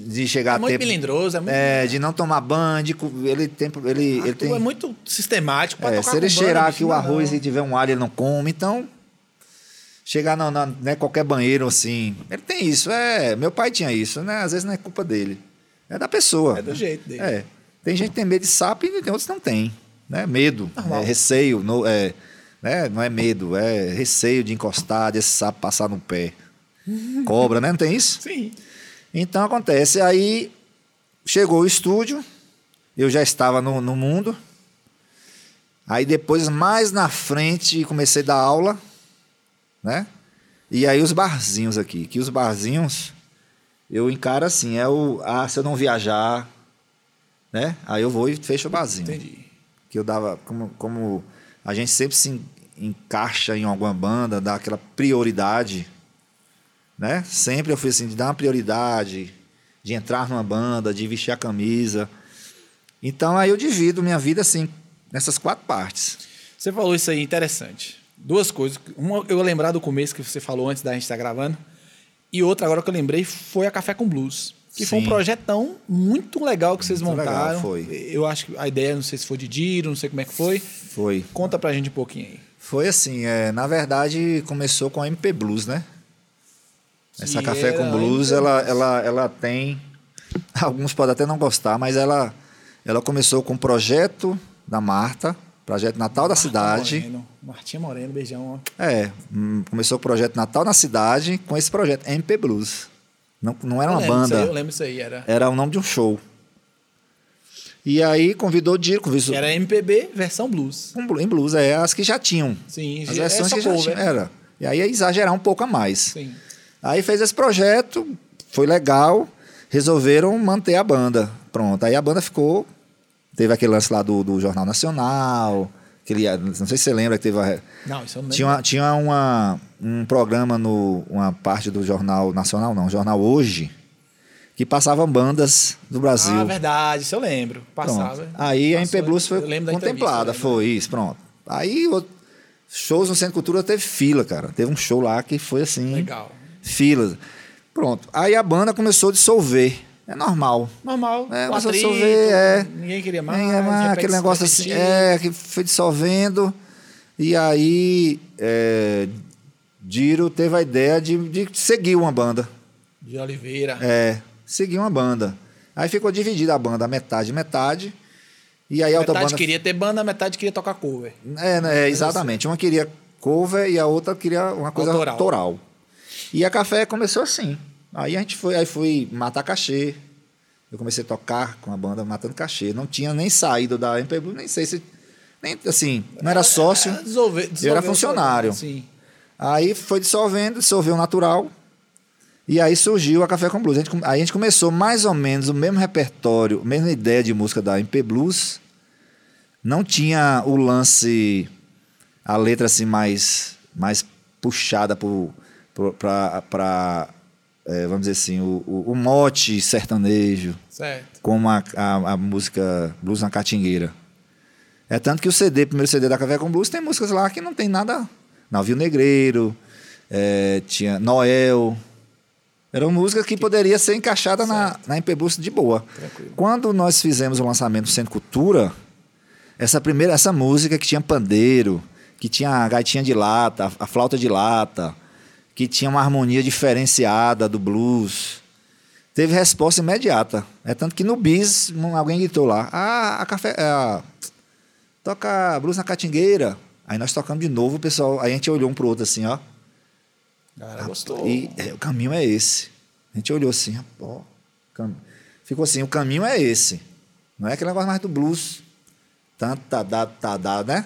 B: de chegar
A: É muito
B: a tempo.
A: melindroso, é muito...
B: É, de não tomar banho, de cu- ele tem. Ele, ele
A: Arthur
B: tem
A: é muito sistemático pra
B: é,
A: tocar
B: se ele
A: com banda,
B: cheirar
A: bicho,
B: aqui o
A: não,
B: arroz
A: não.
B: e tiver um alho, ele não come. Então, chegar na, na- né, qualquer banheiro assim. Ele tem isso, é. Meu pai tinha isso, né? Às vezes não é culpa dele. É da pessoa.
A: É do jeito dele.
B: É. Tem gente que tem medo de sapo e tem outros que não tem. Né? Medo,
A: Normal.
B: é receio, no- é, né? não é medo, é receio de encostar, desse sapo passar no pé. Cobra, né? Não tem isso?
A: Sim.
B: Então acontece, aí chegou o estúdio, eu já estava no, no mundo. Aí depois, mais na frente, comecei a dar aula, né? E aí os barzinhos aqui, que os barzinhos eu encaro assim, é o. Ah, se eu não viajar, né? Aí eu vou e fecho o barzinho
A: Entendi.
B: que eu dava como, como a gente sempre se en- encaixa em alguma banda, dá aquela prioridade, né? Sempre eu fui assim, de dar uma prioridade, de entrar numa banda, de vestir a camisa. Então aí eu divido minha vida assim, nessas quatro partes.
A: Você falou isso aí, interessante. Duas coisas. Uma, eu lembrar do começo que você falou antes da gente estar gravando. E outra, agora que eu lembrei, foi a Café com Blues. Que foi um
B: Sim.
A: projetão muito legal que vocês
B: Muito legal,
A: montaram.
B: foi.
A: Eu acho que a ideia, não sei se foi de Diro, não sei como é que foi.
B: Foi.
A: Conta pra gente um pouquinho aí.
B: Foi assim, é, na verdade começou com a MP Blues, né? Essa
A: Que
B: Café
A: era
B: com Blues,
A: ainda-
B: ela, ela, ela tem alguns podem até não gostar, mas ela, ela começou com o projeto da Marta, projeto Natal da Cidade.
A: Moreno. Martinha Moreno, beijão. ó.
B: É, hum, começou o projeto Natal na Cidade com esse projeto, MP Blues. Não, não era
A: Eu
B: É uma
A: lembro disso
B: banda,
A: aí, eu lembro isso aí. Era,
B: era o nome de um show. E aí convidou o Diro, convidou
A: era MPB versão blues.
B: com blu- em blues, é, as que já tinham.
A: Sim,
B: As
A: é
B: versões
A: só
B: que já
A: cover.
B: tinham, era. E aí ia exagerar um pouco a mais.
A: Sim.
B: Aí fez esse projeto, foi legal, resolveram manter a banda. Pronto, aí a banda ficou. Teve aquele lance lá do, do Jornal Nacional, aquele, não sei se você lembra que teve a,
A: Não, isso eu não lembro.
B: tinha, um uma- tinha uma, um programa no uma parte do jornal nacional não, jornal Hoje, que passavam bandas do Brasil.
A: Ah, verdade, isso eu lembro.
B: Pronto.
A: Passava.
B: Aí a
A: Passou,
B: MP Blues foi
A: eu lembro da
B: contemplada,
A: entrevista, né? eu lembro.
B: foi isso, pronto. Aí o- shows no Centro Cultura teve fila, cara. Teve um show lá que foi assim,
A: Legal.
B: filas. Pronto. Aí a banda começou a dissolver. É normal.
A: Normal.
B: É,
A: o
B: mas eu
A: atrito,
B: sou ver, é.
A: Ninguém queria mais.
B: É, mas
A: repete-
B: aquele negócio assim,
A: repetir.
B: é, que foi dissolvendo. E aí, é, Diro teve a ideia de, de seguir uma banda.
A: De Oliveira.
B: É, seguir uma banda. Aí ficou dividida a banda, metade, metade. E aí a É outra
A: metade
B: banda.
A: queria ter banda, metade queria tocar cover.
B: É, né, é, exatamente. Uma queria cover e a outra queria uma coisa
A: Autoral.
B: autoral. E a café começou assim. Aí a gente foi, aí fui matar cachê. Eu comecei a tocar com a banda matando cachê. Não tinha nem saído da MP Blue, nem sei se. Nem, assim, não era sócio.
A: Ah, Dissolver, dissolver o
B: funcionário.
A: programa, Sim.
B: Aí foi dissolvendo, dissolveu o natural. E aí surgiu a Café com Blues. A gente com- aí a gente começou mais ou menos o mesmo repertório, a mesma ideia de música da MP Blues. Não tinha o lance, a letra assim mais, mais puxada pro- pro- pra, pra, eh, vamos dizer assim, o, o- o mote sertanejo
A: Certo.
B: como a, a- a música Blues na Catingueira. É tanto que o CD, primeiro CD da Café com Blues, tem músicas lá que não tem nada. Navio Negreiro, eh, tinha Noel. Eram músicas que poderia ser encaixada na, na MP Blues de boa.
A: Tranquilo.
B: Quando nós fizemos o lançamento do Centro Cultura, essa primeira, essa música que tinha pandeiro, que tinha a gaitinha de lata, a- a flauta de lata, que tinha uma harmonia diferenciada do blues, teve resposta imediata. É tanto que no bis um- alguém gritou lá: "Ah, a café, a- toca blues na catingueira". Aí nós tocamos de novo, o pessoal, aí a gente olhou um pro outro assim, ó.
A: A galera gostou.
B: E é, o caminho é esse. A gente olhou assim, ó, cam- ficou assim, o caminho é esse. Não é aquele negócio mais do blues. Tanto tá dado, tá dado, né?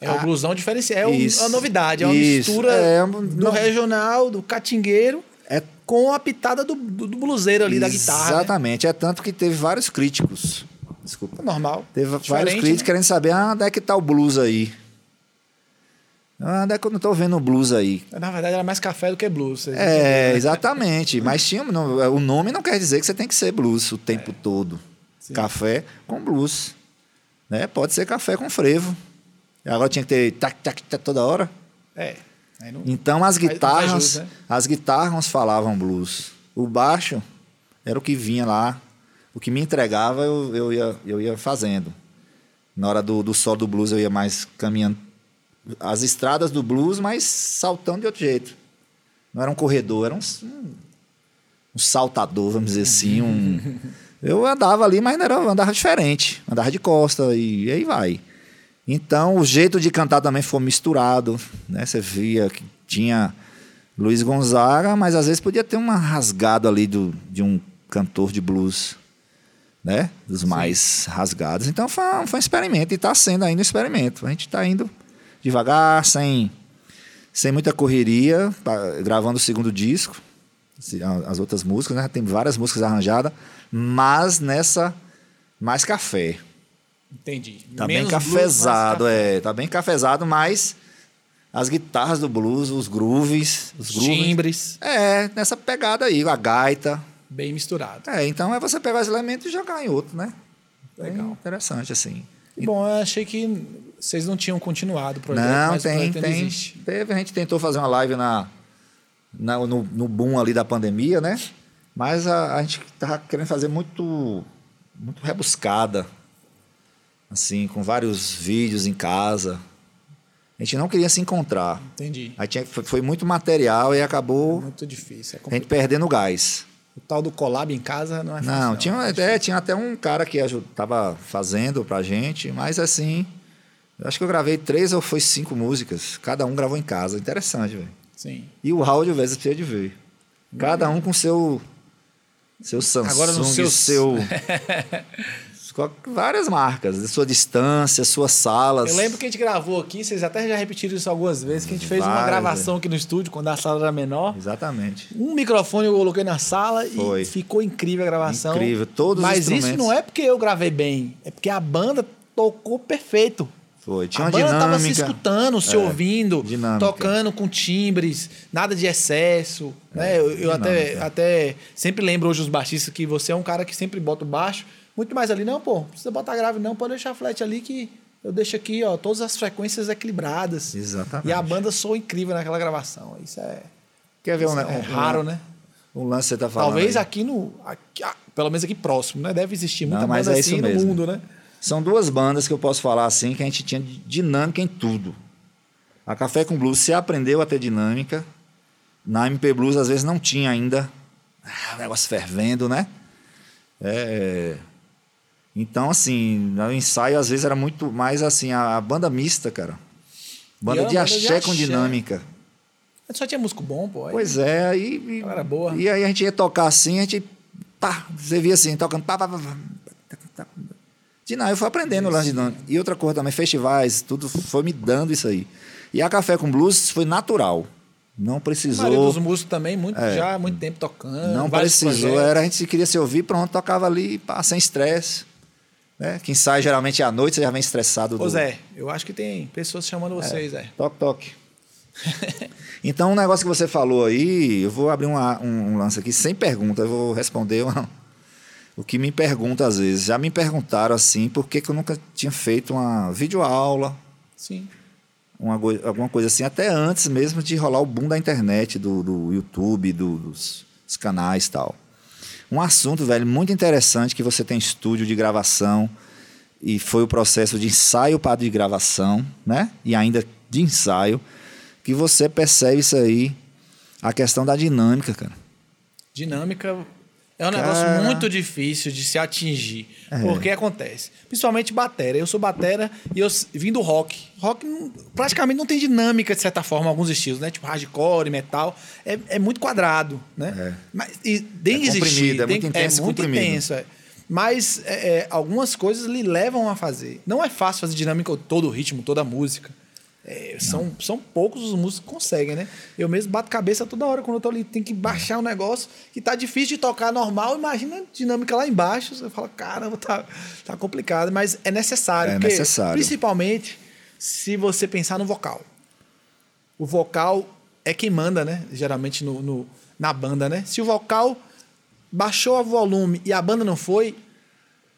A: É o
B: Ah,
A: blusão diferencial. É um-
B: isso,
A: uma novidade. É uma
B: isso.
A: mistura
B: É, um-
A: do
B: não-
A: regional, do catingueiro,
B: É
A: com a pitada do, do, do bluseiro ali da guitarra. né? É
B: Exatamente. É tanto que teve vários críticos. Desculpa.
A: Normal.
B: Teve vários
A: Diferente,
B: críticos
A: né?
B: querendo saber ah, onde é que tá o blues aí. Ah, onde é que eu não tô vendo o blues aí?
A: É, Na verdade, era mais café do que blues. vocês
B: É, exatamente. Mas tinha, não, o nome não quer dizer que você tem que ser blues o tempo todo.
A: É. Sim.
B: Café com blues. Né? Pode ser café com frevo. Agora tinha que ter tac, tac, tac toda hora.
A: É. Aí não-
B: Então
A: Faz-
B: as guitarras,
A: faz jus, né?
B: as guitarras falavam blues. O baixo era o que vinha lá, o que me entregava eu, eu, ia, eu ia fazendo. Na hora do, do solo do blues eu ia mais caminhando as estradas do blues, mas saltando de outro jeito. Não era um corredor, era um, s- um- um saltador, vamos dizer assim. um- eu andava ali, mas não era, eu andava diferente. Andava de costa e, e aí vai. Então, o jeito de cantar também foi misturado. Né? Você via que tinha Luiz Gonzaga, mas às vezes podia ter uma rasgada ali do, de um cantor de blues, né? Dos mais rasgados. Então, foi, um- foi um experimento e está sendo ainda um experimento. A gente está indo devagar, sem, sem muita correria, tá gravando o segundo disco, se- a- as outras músicas, né? Tem várias músicas arranjadas, mas nessa mais café.
A: Entendi.
B: Tá
A: Menos
B: bem
A: blues, mais
B: cafezado,
A: café.
B: é. Tá bem cafezado, mas as guitarras do blues, os grooves, os
A: Os
B: grooves.
A: timbres,
B: É, nessa pegada aí, a gaita.
A: bem misturado.
B: É, então é você pegar os elementos e jogar em outro, né? Bem
A: Legal.
B: Interessante, assim.
A: Bom, eu achei que vocês não tinham continuado o projeto,
B: Não,
A: é, mas o
B: tem,
A: projeto ainda
B: tem.
A: existe.
B: Teve, a gente tentou fazer uma live na, na- no, no boom ali da pandemia, né? Mas a, a gente tava querendo fazer muito, muito rebuscada, assim, com vários vídeos em casa. A gente não queria se encontrar.
A: Entendi.
B: Tá Aí tinha, foi, foi muito material e acabou
A: Muito difícil. É
B: a gente
A: complicado.
B: perdendo o gás.
A: O tal do collab em casa não é fácil.
B: Não, tinha, é, tinha até um cara que aju- tava fazendo pra gente, mas assim. Eu acho que eu gravei três ou foi cinco músicas. Cada um gravou em casa. Interessante, velho.
A: Sim.
B: E o áudio, velho, você precisa de ver. Cada um com seu. Seu Samsung,
A: Agora no seu-
B: seu. qual- várias marcas. de Sua distância, suas salas.
A: Eu lembro que a gente gravou aqui, vocês até já repetiram isso algumas vezes, que a gente fez uma
B: Várias,
A: gravação aqui no estúdio, quando a sala era menor.
B: Exatamente.
A: Um microfone eu coloquei na sala e
B: Foi.
A: ficou incrível a gravação.
B: Incrível, todos os
A: Mas isso
B: instrumentos.
A: não é porque eu gravei bem, é porque a banda tocou perfeito.
B: Foi. Tinha
A: a
B: uma
A: banda
B: dinâmica.
A: tava se escutando, se
B: É,
A: ouvindo,
B: dinâmica.
A: tocando com timbres, nada de excesso. né? Eu, eu até,
B: É, dinâmica.
A: até sempre lembro hoje os baixistas que você é um cara que sempre bota o baixo, muito mais ali, não, pô, não precisa botar grave, não, pode deixar flat ali que eu deixo aqui, ó, todas as frequências equilibradas.
B: Exatamente.
A: E a banda soa incrível naquela gravação. Isso é,
B: Quer ver um,
A: isso é
B: um-
A: raro, né?
B: Um lance que você tá falando.
A: Talvez
B: aí.
A: aqui no. aqui- ah, pelo menos aqui próximo, né? Deve existir muita
B: Não, mas
A: banda
B: é
A: assim
B: isso
A: no
B: mesmo.
A: mundo, né?
B: São duas bandas que eu posso falar assim que a gente tinha dinâmica em tudo. A Café com Blues, você aprendeu a ter dinâmica. Na MP Blues, às vezes, não tinha ainda. Ah, o negócio fervendo, né? É... Então, assim, o ensaio, às vezes, era muito mais assim, a, a banda mista, cara.
A: E
B: Banda
A: era
B: de
A: uma banda de
B: axé com
A: axé.
B: dinâmica.
A: Só tinha músico bom, pô. aí-
B: Pois é, aí.
A: Galera boa.
B: E aí a gente ia tocar assim, a gente. Pá, você via assim, tocando. Pá, pá, pá, pá. De nada, eu fui aprendendo o lance de dinâmica. E outra coisa também, festivais, tudo foi me dando isso aí. E a Café com Blues foi natural. Não
A: A maioria dos
B: precisou.
A: músicos também, muito, já há muito tempo tocando.
B: É. Não
A: vários
B: precisou.
A: projetos.
B: Era, a gente queria se ouvir, pronto, tocava ali, pá, sem estresse. Né? Que ensaio geralmente é É. à noite, você já vem estressado.
A: Ô
B: do-
A: Zé, eu acho que tem pessoas chamando vocês, é. Zé.
B: Toque, toque. então, um negócio que você falou aí, eu vou abrir uma- um, um lance aqui sem pergunta, eu vou responder uma- o que me pergunta às vezes. Já me perguntaram assim, por que, que eu nunca tinha feito uma videoaula,
A: Sim.
B: uma, goi- alguma coisa assim, até antes mesmo de rolar o boom da internet, do, do YouTube, do- dos, dos canais e tal. Um assunto, velho, muito interessante que você tem estúdio de gravação e foi o processo de ensaio para de gravação, né? E ainda de ensaio, que você percebe isso aí, a questão da dinâmica, cara.
A: Dinâmica é um negócio
B: Cara. É.
A: muito difícil de se atingir. Porque acontece. Principalmente batera. Eu sou batera e eu s- vim do rock. Rock não- praticamente não tem dinâmica, de certa forma, alguns estilos, né? Tipo hardcore, metal. É, é muito quadrado, né? Mas, e tem
B: É
A: que existir.
B: comprimido,
A: tem-
B: é muito intenso e
A: muito
B: comprimido.
A: intenso, é. Mas é, é, algumas coisas lhe levam a fazer. Não é fácil fazer dinâmica todo o ritmo, toda a música. É, são, são poucos os músicos que conseguem, né? Eu mesmo bato cabeça toda hora quando eu tô ali. Tem que baixar um negócio que tá difícil de tocar normal. Imagina a dinâmica lá embaixo. Você fala, caramba, tá, tá complicado. Mas é necessário.
B: É
A: porque,
B: necessário.
A: Principalmente se você pensar no vocal. O vocal é quem manda, né? Geralmente no, no- na banda, né? Se o vocal baixou o volume e a banda não foi,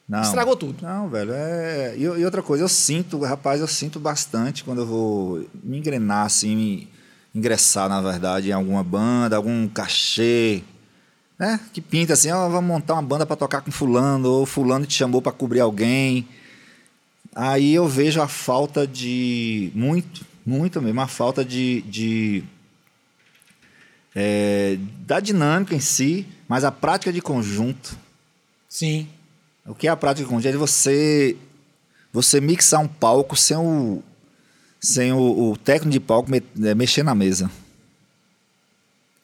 B: Não.
A: Estragou tudo.
B: Não, velho. É... E, e outra coisa, eu sinto, rapaz, eu sinto bastante quando eu vou me engrenar, assim, me ingressar, na verdade, em alguma banda, algum cachê, né? Que pinta assim, ó, vamos montar uma banda pra tocar com fulano, ou fulano te chamou pra cobrir alguém. Aí eu vejo a falta de. Muito, muito mesmo, a falta de. de é, da dinâmica em si, mas a prática de conjunto.
A: sim.
B: O que é a prática com é você você mixar um palco sem o sem o, o técnico de palco me- eh, mexer na mesa.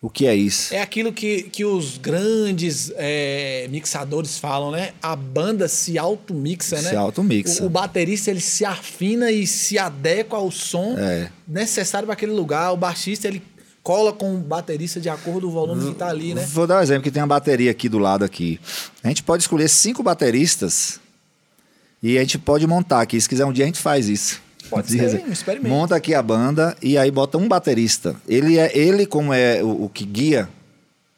B: O que é isso?
A: É aquilo que, que os grandes é, mixadores falam, né? A banda se automixa, né?
B: Se automixa.
A: O, o baterista ele se afina e se adequa ao som
B: É.
A: necessário para aquele lugar. O baixista ele cola com o baterista de acordo com o volume que tá ali, né?
B: Vou dar um exemplo que tem uma bateria aqui do lado aqui. A gente pode escolher cinco bateristas e a gente pode montar aqui. Se quiser um dia a gente faz isso.
A: Pode
B: Diz
A: ser,
B: aí.
A: um experimento.
B: Monta aqui a banda e aí bota um baterista. Ele é ele como é o, o que guia.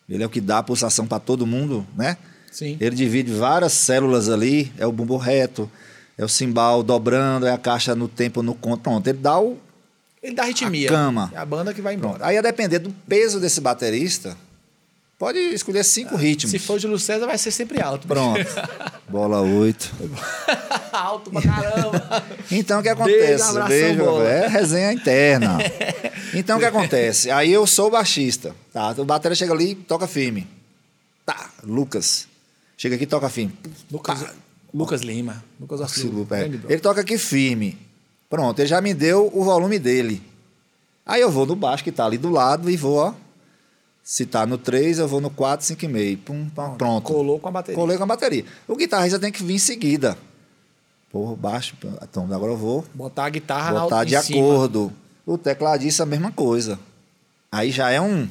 B: Ele é o que dá a pulsação para todo mundo, né?
A: Sim.
B: Ele divide várias células ali, é o bumbo reto, é o cimbal dobrando, é a caixa no tempo, no conto. Pronto, ele dá o.
A: Ele dá ritmia.
B: A cama.
A: É a banda que vai embora.
B: Pronto. Aí a depender do peso desse baterista, pode escolher cinco ritmos.
A: Ah, Se for de Lucésar, vai ser sempre alto.
B: Pronto. Bola oito.
A: alto pra caramba.
B: Então o que
A: Beijo,
B: acontece?
A: abração,
B: Beijo,
A: bola.
B: é resenha interna. Então o que acontece? Aí eu sou baixista, tá? O batera chega ali e toca firme. Tá, Lucas. Chega aqui e toca firme.
A: Lucas,
B: Pá.
A: Ah. Lucas Lima. Lucas Oxilu.
B: Oxilupa, é. Ele toca aqui firme. Pronto, ele já me deu o volume dele. Aí eu vou no baixo que tá ali do lado e vou, ó. Se tá no 3, eu vou no 4, 5 e meio. Pum, pum, pronto.
A: Colou com a bateria.
B: Colei com a bateria. O guitarrista tem que vir em seguida. Porra, baixo. Então, agora eu vou
A: Botar a guitarra na
B: botar
A: alta
B: de
A: em cima.
B: acordo. O tecladista, a mesma coisa. Aí já é um.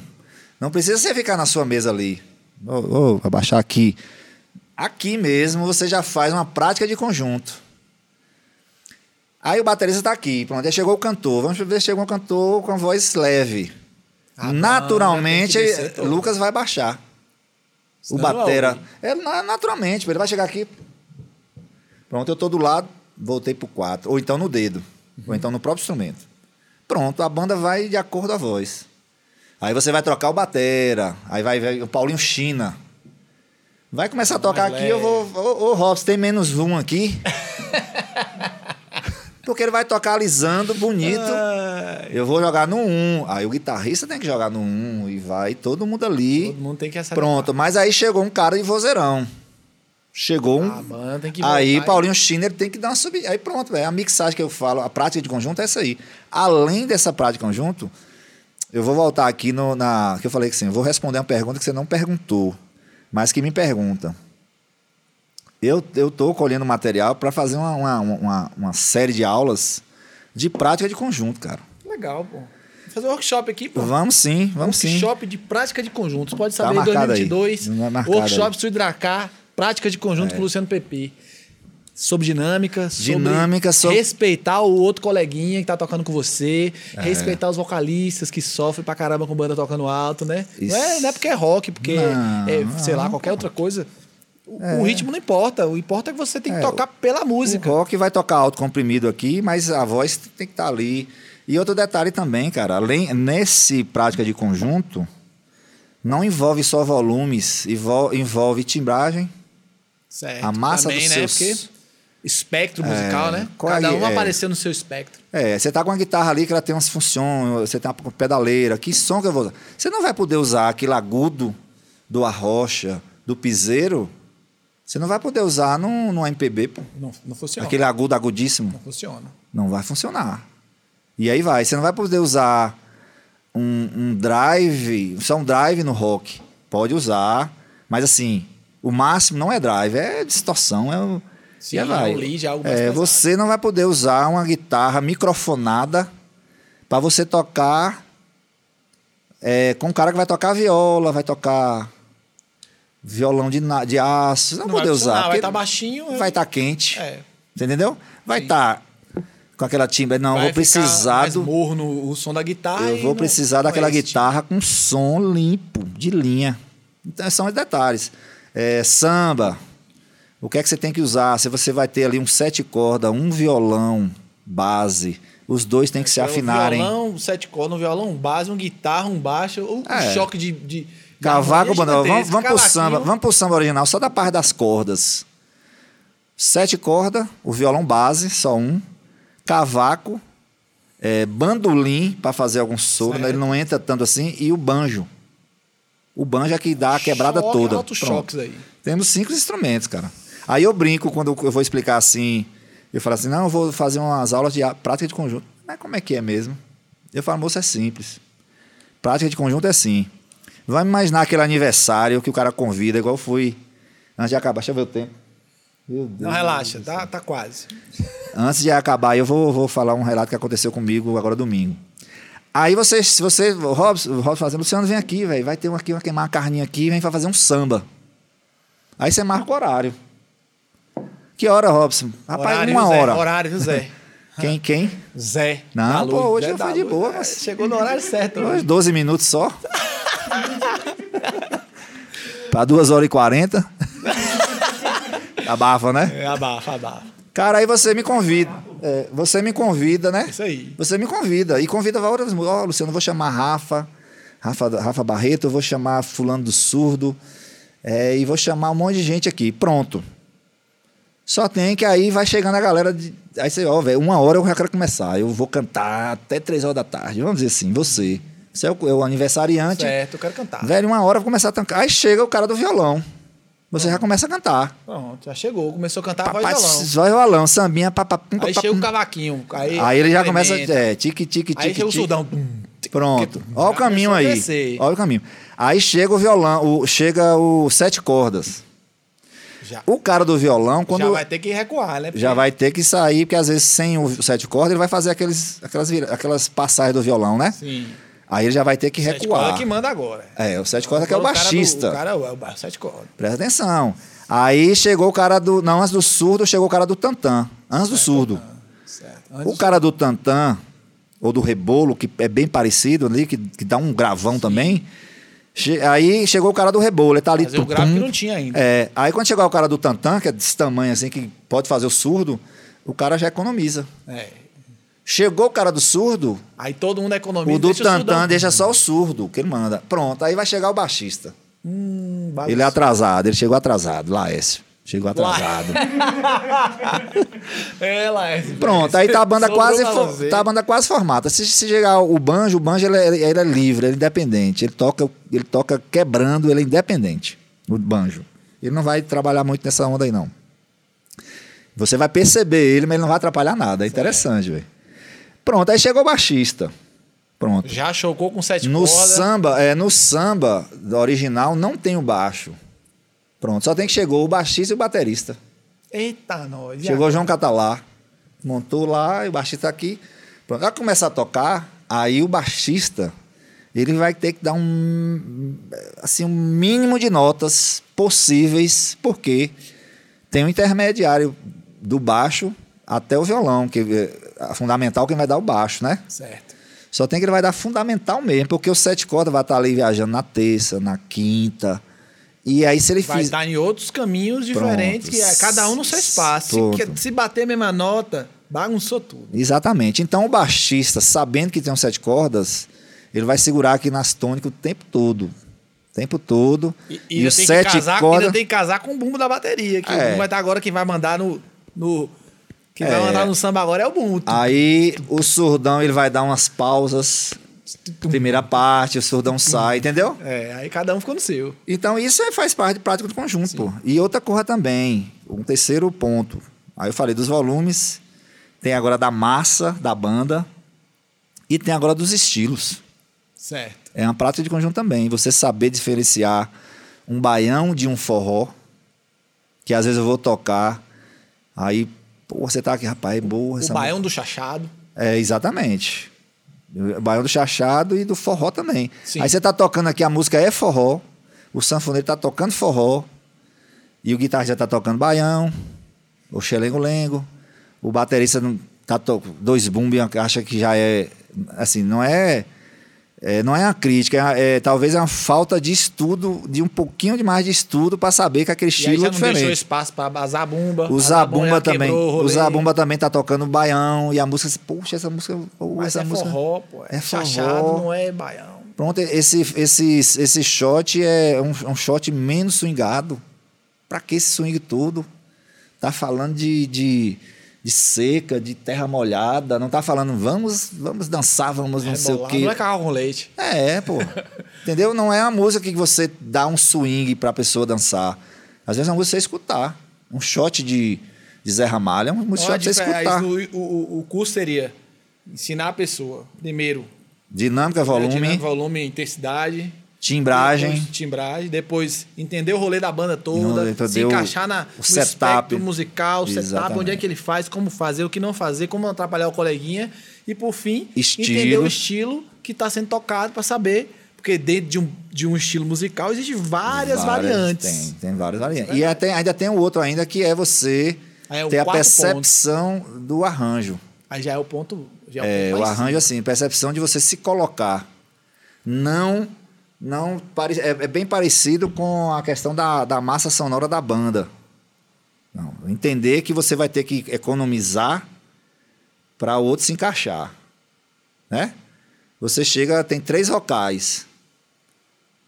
B: Não precisa você ficar na sua mesa ali. Ô, ô, abaixar aqui. Aqui mesmo você já faz uma prática de conjunto. Aí o baterista está aqui. Pronto, aí chegou o cantor. Vamos ver se chegou um cantor com a voz leve.
A: Ah,
B: Naturalmente,
A: não, já tem que descer todo.
B: Lucas vai baixar. O
A: Senão não
B: batera.
A: ouve.
B: É na- naturalmente, ele vai chegar aqui. Pronto, eu tô do lado, voltei pro 4. Ou então no dedo. Ou então no próprio instrumento. Pronto, a banda vai de acordo à voz. Aí você vai trocar o batera. Aí vai, vai o Paulinho China. Vai começar a tocar
A: mais
B: aqui, eu vou.
A: leve.
B: Ô, ô Robson, tem menos um aqui. Porque ele vai tocar alisando, bonito.
A: Então, Ah, Ai,
B: Eu vou jogar no 1. Aí o guitarrista tem que jogar no 1 e vai todo mundo ali.
A: Todo mundo tem que acertar.
B: Pronto, mas aí chegou um cara de vozeirão. Chegou um.
A: A banda Ah, tem que
B: aí
A: voltar e-
B: Paulinho Schiner tem que dar uma subida. Aí pronto, é a mixagem que eu falo, a prática de conjunto é essa aí. Além dessa prática de conjunto, eu vou voltar aqui no, na. Que eu falei que sim, eu vou responder uma pergunta que você não perguntou, mas que me pergunta. Eu, eu tô colhendo material para fazer uma, uma, uma, uma série de aulas de prática de conjunto, cara.
A: Legal, pô. Vou fazer um workshop aqui, pô.
B: Vamos sim, vamos sim.
A: Workshop de prática de conjuntos. Pode
B: Tá
A: saber, em
B: marcado aí.
A: 2022.
B: Não é marcado
A: workshop
B: aí. É.
A: Suidracá, prática de conjunto com o Luciano Pepi. Sobre dinâmica, sobre
B: Dinâmica, sobre-
A: respeitar o outro coleguinha que tá tocando com você,
B: É.
A: respeitar os vocalistas que sofrem pra caramba com banda tocando alto, né? Não é,
B: Isso.
A: não é porque é rock, porque
B: Não,
A: é,
B: não,
A: sei lá,
B: não
A: qualquer outra coisa. O, o ritmo não importa, o importa é que você tem que
B: É,
A: tocar pela música.
B: O rock vai tocar alto comprimido aqui, mas a voz tem que estar ali. E outro detalhe também, cara, além nesse prática de conjunto, não envolve só volumes, envol- envolve timbragem,
A: Certo.
B: a massa
A: Também,
B: dos
A: né?
B: seus-
A: Porque espectro musical,
B: É,
A: né?
B: qual
A: Cada
B: aí
A: um
B: é?
A: apareceu no seu espectro.
B: É, você tá com uma guitarra ali que ela tem umas funções, você tem uma pedaleira, que som que eu vou usar? Você não vai poder usar aquele agudo do arrocha, do piseiro, você não vai poder usar num, num MPB, pô.
A: Não, não funciona.
B: Aquele agudo agudíssimo.
A: Não funciona.
B: não vai funcionar. E aí vai. Você não vai poder usar um, um drive, só um drive no rock. Pode usar, mas assim, o máximo não é drive, é distorção, é o.
A: Sim,
B: e aí vai.
A: é um lead, é algo mais
B: É,
A: pesado.
B: você não vai poder usar uma guitarra microfonada para você tocar é, com um cara que vai tocar viola, vai tocar violão de, na- de aço. Você não, vai poder
A: funcionar,
B: usar.
A: Vai
B: porque
A: estar baixinho.
B: vai estar quente.
A: É.
B: Você entendeu? Vai estar com aquela timbre. Não, eu
A: Vai
B: vou
A: ficar
B: precisar
A: mais
B: do.
A: morno o som da guitarra.
B: Eu
A: e
B: vou
A: não-
B: precisar
A: não é
B: daquela
A: esse tipo.
B: guitarra com som limpo, de linha. Então são os detalhes. É, samba. O que é que você tem que usar? Se você vai ter ali um sete corda, um violão base, os dois têm que se
A: É um
B: afinarem.
A: violão, um sete cordas, um violão, um base, um guitarra, um baixo, um
B: É.
A: choque de. de de
B: Cavaco,
A: harmonia
B: bandola. Vamos,
A: gigantesco,
B: vamos pro
A: cavaquinho.
B: samba. Vamos pro samba original, só da parte das cordas. Sete cordas, o violão base, só um. Cavaco, é, bandolim para fazer algum soro,
A: Certo.
B: ele não entra tanto assim, e o banjo. O banjo é que dá a quebrada
A: Choque,
B: toda.
A: altos
B: Pronto.
A: choques aí.
B: Temos cinco instrumentos, cara. Aí eu brinco quando eu vou explicar assim. Eu falo assim: não, eu vou fazer umas aulas de a- prática de conjunto. Mas como é que é mesmo? Eu falo, moço, é simples. Prática de conjunto é assim. Vai imaginar aquele aniversário que o cara convida, igual eu fui. Antes de acabar, deixa eu ver o tempo. Meu Deus.
A: Não, relaxa, tá, tá quase.
B: Antes de acabar, eu vou, vou falar um relato que aconteceu comigo agora domingo. Aí você, se você, o Robson, o Robson fala assim, Luciano, vem aqui, velho, vai ter um aqui, vai queimar uma carninha aqui, vem pra fazer um samba. Aí você marca o horário. Que hora, Robson? Rapaz,
A: Horário, Tá
B: uma
A: viu, Zé?
B: hora.
A: Horário, viu, Zé?
B: Quem, quem?
A: Zé.
B: Não,
A: da
B: pô,
A: Luz,
B: hoje
A: Zé
B: eu
A: da
B: fui de
A: Luz.
B: boa,
A: É,
B: mas-
A: Chegou no horário certo. né?
B: Hoje,
A: hoje.
B: 12 minutos só. pra 2 horas e 40. Abafa, né?
A: É, abafa, abafa.
B: Cara, aí você me convida. É, você me convida, né?
A: Isso é aí.
B: Você me convida. E convida várias. Ó, Luciano, eu vou chamar Rafa, Rafa, Rafa Barreto, eu vou chamar Fulano do Surdo. é, e vou chamar um monte de gente aqui. Pronto. Só tem que aí vai chegando a galera. De, aí você, ó, velho, uma hora eu já quero começar. Eu vou cantar até três horas da tarde. Vamos dizer assim, você. Você é o, é o aniversariante.
A: Certo, eu quero cantar.
B: Velho, uma hora eu vou começar a tancar. Aí chega o cara do violão. Você já começa a cantar.
A: Pronto, já chegou. Começou a cantar, vai
B: Papai,
A: violão.
B: vai violão, sambinha, papapum,
A: Aí chega o
B: papapum.
A: cavaquinho. Aí,
B: Aí ele já
A: tremendo.
B: começa. É, tique, tique,
A: Aí
B: tique,
A: chega o
B: tique.
A: surdão. Pum, tic,
B: Pronto.
A: tic,
B: Olha o
A: já
B: caminho
A: começou a
B: aí.
A: descer.
B: Olha o caminho. Aí chega o violão, o- chega o sete cordas.
A: Já,
B: O cara do violão, quando.
A: já vai ter que recuar, né?
B: já vai ter que sair, porque às vezes sem o sete cordas ele vai fazer aqueles, aquelas, vira- aquelas passagens do violão, né?
A: Sim.
B: Aí ele já vai ter que
A: assim, Sete cordas
B: recuar.
A: que manda agora.
B: É, o sete cordas que é o
A: Agora cara do-
B: baixista.
A: O cara é o ba- sete cordas.
B: Presta atenção. Aí chegou o cara do. Não, antes do surdo, chegou o cara do tantã. Antes
A: É,
B: do surdo.
A: Certo.
B: O cara do tantã, ou do rebolo, que é bem parecido ali, que, que dá um gravão também. Che- Aí chegou o cara do rebolo, ele tá ali.
A: Mas eu
B: tum,
A: gravo que
B: tum.
A: não tinha ainda.
B: É, aí quando chegar o cara do tantã, que é desse tamanho assim, que pode fazer o surdo, o cara já economiza.
A: É.
B: Chegou o cara do surdo,
A: Aí todo mundo economiza.
B: o do
A: deixa surdão.
B: tantã deixa só o surdo, que ele manda. Pronto, aí vai chegar o baixista.
A: Hum,
B: Ele é atrasado, ele chegou atrasado, Laércio. Chegou atrasado.
A: É, Laércio.
B: Pronto, aí tá a banda
A: Sobrou
B: quase
A: pra
B: fo-
A: você.
B: tá a banda quase formada. Se, se chegar o banjo, o banjo ele, é- ele é livre, ele é independente. Ele toca, ele toca quebrando, ele é independente. O banjo. Ele não vai trabalhar muito nessa onda aí não. Você vai perceber ele, mas ele não vai atrapalhar nada. É interessante, velho. Pronto, aí chegou o baixista. Pronto.
A: Já chocou com sete
B: No
A: cordas.
B: samba, é, no samba original não tem o baixo. Pronto, só tem que chegou o baixista e o baterista.
A: Eita, nós. E
B: Chegou o João Catalá, montou lá, e o baixista aqui. Pronto, ela começa a tocar, aí o baixista, ele vai ter que dar um, assim, um mínimo de notas possíveis, porque tem um intermediário do baixo até o violão, que é a fundamental quem vai dar o baixo, né?
A: agora? Certo.
B: Só tem que ele vai dar fundamental mesmo, porque o sete cordas vai estar ali viajando na terça, na quinta. E aí se ele
A: Vai
B: fizer...
A: estar em outros caminhos diferentes, que é cada um no seu espaço. Se,
B: Pronto.
A: que- se bater a mesma nota, bagunçou tudo.
B: Exatamente. Então o baixista, sabendo que tem um sete cordas, ele vai segurar aqui nas tônicas o tempo todo. O tempo todo.
A: E, e ainda,
B: os
A: tem
B: sete
A: que casar,
B: cordas-
A: ainda tem que casar com o bumbo da bateria, que o
B: É.
A: bumbo vai estar agora quem vai mandar no... no quem vai
B: É. Ah.
A: mandar no samba agora é o bumbo.
B: Aí o surdão ele vai dar umas pausas. Primeira parte, o surdão sai, entendeu?
A: É, aí cada um ficou no seu.
B: Então isso aí faz parte de prática do conjunto. pô. E outra coisa também, um terceiro ponto. Aí eu falei dos volumes, tem agora da massa da banda e tem agora dos estilos.
A: Certo.
B: É uma prática de conjunto também. Você saber diferenciar um baião de um forró, que às vezes eu vou tocar, aí, pô, você tá aqui, rapaz, é boa
A: O
B: essa
A: baião do chachado.
B: É, exatamente. O baião do chachado e do forró também.
A: Sim.
B: Aí você tá tocando aqui, a música é forró, o sanfoneiro tá tocando forró, e o guitarrista tá tocando baião, o xelengo-lengo, o baterista não- tá to... dois bumbi acha que já é, assim, não é... É, não é uma crítica, é, é- talvez é uma falta de estudo, de um pouquinho de mais de estudo para saber que aquele
A: E aí
B: estilo
A: já não
B: é
A: deixou
B: diferente.
A: espaço pra a zabumba.
B: O
A: a
B: Zabumba
A: Tá já
B: também.
A: quebrou
B: O
A: rolê.
B: Zabumba também tá tocando baião e a música, assim, poxa, essa música, oh,
A: Mas
B: essa
A: é
B: música.
A: forró, pô. É
B: É forró.
A: chachado, não é baião.
B: Pronto, esse esse esse shot é um, um shot menos swingado. Pra que esse swing todo? Tá falando de, de, de seca, de terra molhada, não tá falando vamos vamos dançar, vamos não sei o
A: Rebolar,
B: quê.
A: Não é carro com leite.
B: É, pô. Entendeu? Não é uma música que você dá um swing pra pessoa dançar. Às vezes é uma música que você escutar. Um shot de, de Zé Ramalho é uma música
A: Então, a
B: shot pra você
A: diferença-
B: escutar.
A: o, o, o curso seria ensinar a pessoa, primeiro,
B: Dinâmica, volume,
A: né, volume, intensidade,
B: timbragem.
A: depois timbragem, depois entender o rolê da banda
B: Não,
A: toda,
B: entendeu
A: se encaixar na,
B: o
A: no
B: setup.
A: espectro musical, o setup,
B: Exatamente.
A: onde é que ele faz, como fazer, o que não fazer, como não atrapalhar o coleguinha. E por fim,
B: Estilo.
A: entender o estilo que está sendo tocado para saber. Porque dentro de um, de um estilo musical existem várias, variantes.
B: Tem, tem várias variantes. E até- ainda tem o outro ainda que é você
A: Aí é o
B: ter a
A: quarto
B: percepção do arranjo.
A: Aí já é o ponto. Já é,
B: É,
A: ponto
B: o
A: mais-
B: arranjo assim, percepção de você se colocar. Não, não pare- é, é bem parecido com a questão da, da massa sonora da banda. Não, entender que você vai ter que economizar para o outro se encaixar, né? Você chega, tem três vocais.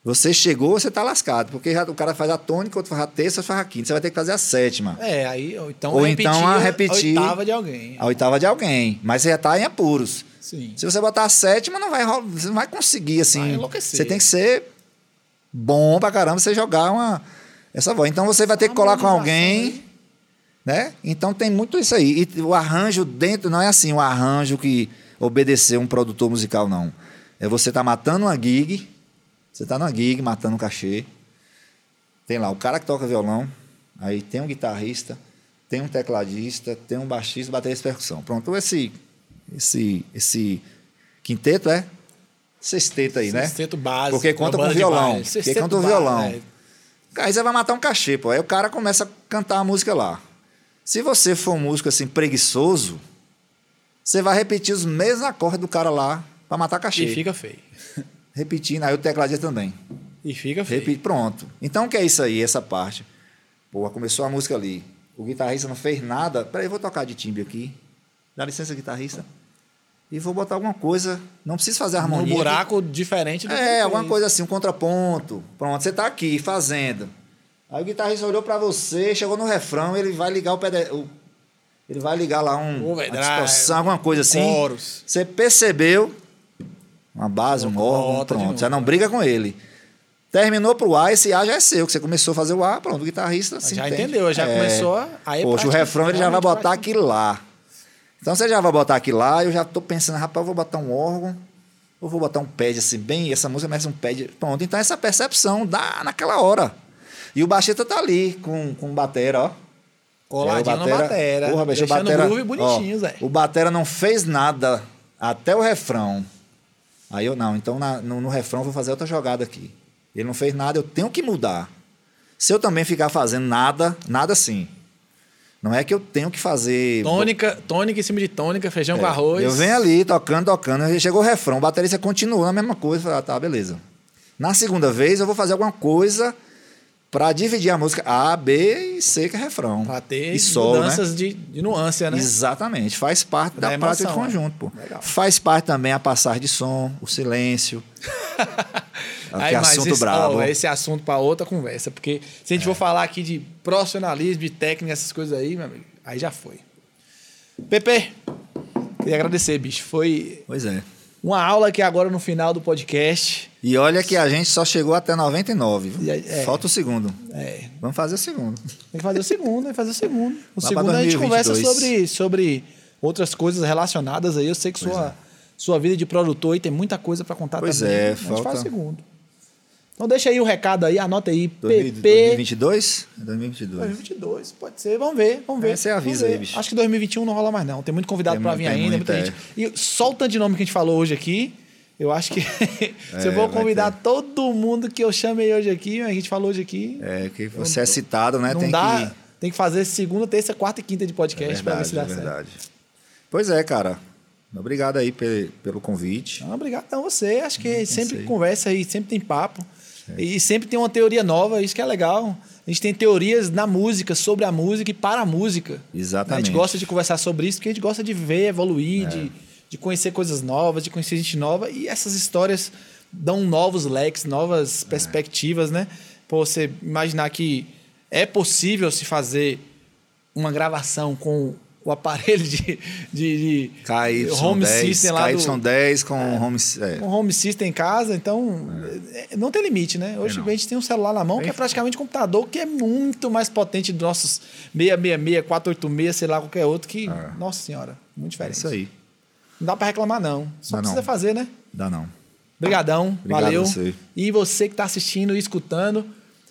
B: Você chegou, você tá lascado, porque já- o cara faz a tônica, outro faz a terça, outro faz a quinta, você vai ter que fazer a sétima.
A: É, aí, ou então
B: Ou
A: repetir
B: então a
A: a
B: repetir-
A: oitava de alguém.
B: A oitava de alguém, mas você já está tá em apuros.
A: Sim.
B: Se você botar a sétima, não vai, ro- você não vai conseguir, assim.
A: Vai enlouquecer.
B: Você tem que ser bom pra caramba você jogar uma, essa voz. Então você vai ter que colar com alguém, né? Então tem muito isso aí. E o arranjo dentro não é assim, um arranjo que obedeceu um produtor musical, não. É você tá matando uma gig, você tá numa gig, matando um cachê. Tem lá o cara que toca violão, aí tem um guitarrista, tem um tecladista, tem um baixista, baterista e percussão. Pronto, esse esse esse quinteto é sexteto aí, né?
A: Sexteto básico.
B: Porque
A: uma
B: conta
A: banda
B: com
A: de
B: violão.
A: baile.
B: Porque
A: Sexteto
B: conta com
A: básico,
B: violão.
A: né?
B: Aí você vai matar um cachê, pô. Aí o cara começa a cantar a música lá. Se você for um músico assim preguiçoso, você vai repetir os mesmos acordes do cara lá pra matar cachê.
A: E fica feio.
B: Repetindo, aí o tecladista também.
A: E fica feio.
B: Repito, pronto. Então o que é isso aí, essa parte? Pô, começou a música ali. O guitarrista não fez nada. Peraí, eu vou tocar de timbre aqui. Dá licença, guitarrista. E vou botar alguma coisa. Não preciso fazer
A: Um
B: harmonia.
A: buraco diferente do que
B: É,
A: tem.
B: alguma coisa assim, um contraponto. Pronto, você tá aqui fazendo. Aí o guitarrista olhou pra você, chegou no refrão, ele vai ligar o pede... o- Ele vai ligar lá um uma
A: Overdrive,
B: distorção, alguma coisa assim.
A: coros.
B: Você percebeu uma base, um órgão,
A: nota de
B: pronto.
A: novo.
B: Já não briga com ele. Terminou pro A, esse A já é seu, que você começou a fazer o A, pronto, o guitarrista se
A: Já
B: entende.
A: entendeu, já começou a- aí é
B: Poxa, o
A: prática,
B: refrão ele já vai
A: realmente
B: botar aqui lá. Então você já vai botar aqui lá, eu já tô pensando, rapaz, eu vou botar um órgão, eu vou botar um pad assim, bem, essa música merece um pad. Pronto, então essa percepção dá naquela hora. E o baixista tá ali com, com o batera, ó.
A: Coladinho
B: É,
A: na
B: o
A: batera.
B: Porra, bicho, o
A: deixando
B: batera.
A: o groove bonitinho,
B: ó,
A: Zé.
B: O batera não fez nada até o refrão. Aí eu, não, então na- no, no refrão eu vou fazer outra jogada aqui. Ele não fez nada, eu tenho que mudar. Se eu também ficar fazendo nada, nada assim. Não é que eu tenho que fazer.
A: Tônica, tônica em cima de tônica, feijão com arroz.
B: É. Eu venho ali tocando, tocando. Aí chegou o refrão, o baterista continuou na mesma coisa. Eu Falei, ah, tá, beleza. Na segunda vez eu vou fazer alguma coisa pra dividir a música A, B e C, que é refrão.
A: Pra ter
B: e solo, né?
A: mudanças de, de nuância, né?
B: Exatamente, faz parte da,
A: Da
B: prática
A: emoção,
B: do conjunto, pô.
A: né? Legal.
B: Faz parte também a passagem de som, o silêncio. Ah, que
A: mas
B: assunto
A: esse,
B: brabo.
A: ó,
B: É.
A: esse é assunto pra outra conversa, porque se a gente for falar aqui de profissionalismo, de técnica, essas coisas aí, meu amigo, aí já foi. Pepe, queria agradecer, bicho. Foi
B: Pois é.
A: uma aula aqui agora no final do podcast.
B: E olha que a gente só chegou até 99, viu?
A: E aí, é.
B: Falta o segundo.
A: É,
B: Vamos fazer o segundo.
A: Tem que fazer o segundo, tem que fazer o segundo. O
B: Lá pra
A: segundo a gente
B: 2022.
A: conversa sobre, sobre outras coisas relacionadas aí. Eu sei que sua, sua vida de produtor aí tem muita coisa pra contar
B: é. Pois
A: também.
B: é,
A: a gente faz
B: falta-
A: o segundo. Então deixa aí o recado aí, anota aí,
B: 2000
A: PP
B: 2022? 2022.
A: 2022, pode ser, vamos ver, vamos ver.
B: É, você avisa
A: Vamos ver.
B: aí, bicho.
A: Acho que 2021 não rola mais não, tem muito convidado
B: Tem
A: pra
B: muito,
A: vir
B: tem
A: ainda, muita
B: muito, é.
A: gente. E só o tanto de nome que a gente falou hoje aqui, eu acho que se eu
B: É,
A: vou
B: vai
A: convidar
B: ter.
A: todo mundo que eu chamei hoje aqui, a gente falou hoje aqui,
B: É, que você é citado, né?
A: não
B: Tem
A: dá.
B: que.
A: Tem que fazer segunda, terça, quarta e quinta de
B: É
A: podcast pra ver se
B: verdade,
A: dá
B: é
A: certo.
B: verdade. Pois é, cara. Obrigado aí pe- pelo convite.
A: Então, obrigado a você. Acho que sempre
B: sei. É.
A: conversa aí, sempre tem papo. E sempre tem uma teoria nova, isso que é legal. A gente tem teorias na música, sobre a música e para a música. Né? A
B: Exatamente. É.
A: gente gosta de conversar sobre isso, porque a gente gosta de ver, evoluir, de, de conhecer coisas novas, de conhecer gente nova. E essas histórias dão novos leques, novas
B: É.
A: perspectivas, né? Pra você imaginar que é possível se fazer uma gravação com o aparelho de, de, de
B: KY10,
A: home system lá do,
B: KY10 com home. É.
A: um home system em casa, então é, não tem limite, né? Hoje
B: não.
A: a gente tem um celular na mão que é praticamente um computador, que é muito mais potente dos nossos 666, 486, sei lá, qualquer outro, que, nossa senhora, muito
B: É
A: diferente.
B: isso aí.
A: Não dá pra reclamar, não. Só
B: Dá
A: precisa
B: não.
A: fazer, né?
B: Dá não.
A: Obrigadão,
B: Obrigado
A: valeu.
B: a você.
A: E você que está assistindo e escutando,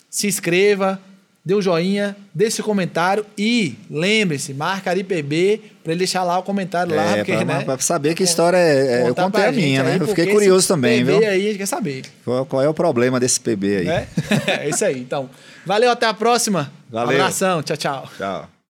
A: se inscreva, dê um joinha, deixe seu comentário e lembre-se, marca Ari PB para ele deixar lá o comentário lá,
B: é,
A: porque,
B: pra,
A: né?
B: pra saber que história é. é, eu
A: contar
B: contei
A: pra
B: a minha,
A: gente aí,
B: né? Eu fiquei
A: porque
B: curioso
A: esse
B: também,
A: PB
B: viu?
A: aí a gente quer saber.
B: Qual, qual é o problema desse PB aí?
A: né? É isso aí. Então, valeu, até a próxima.
B: Valeu.
A: Abração, tchau, tchau.
B: Tchau.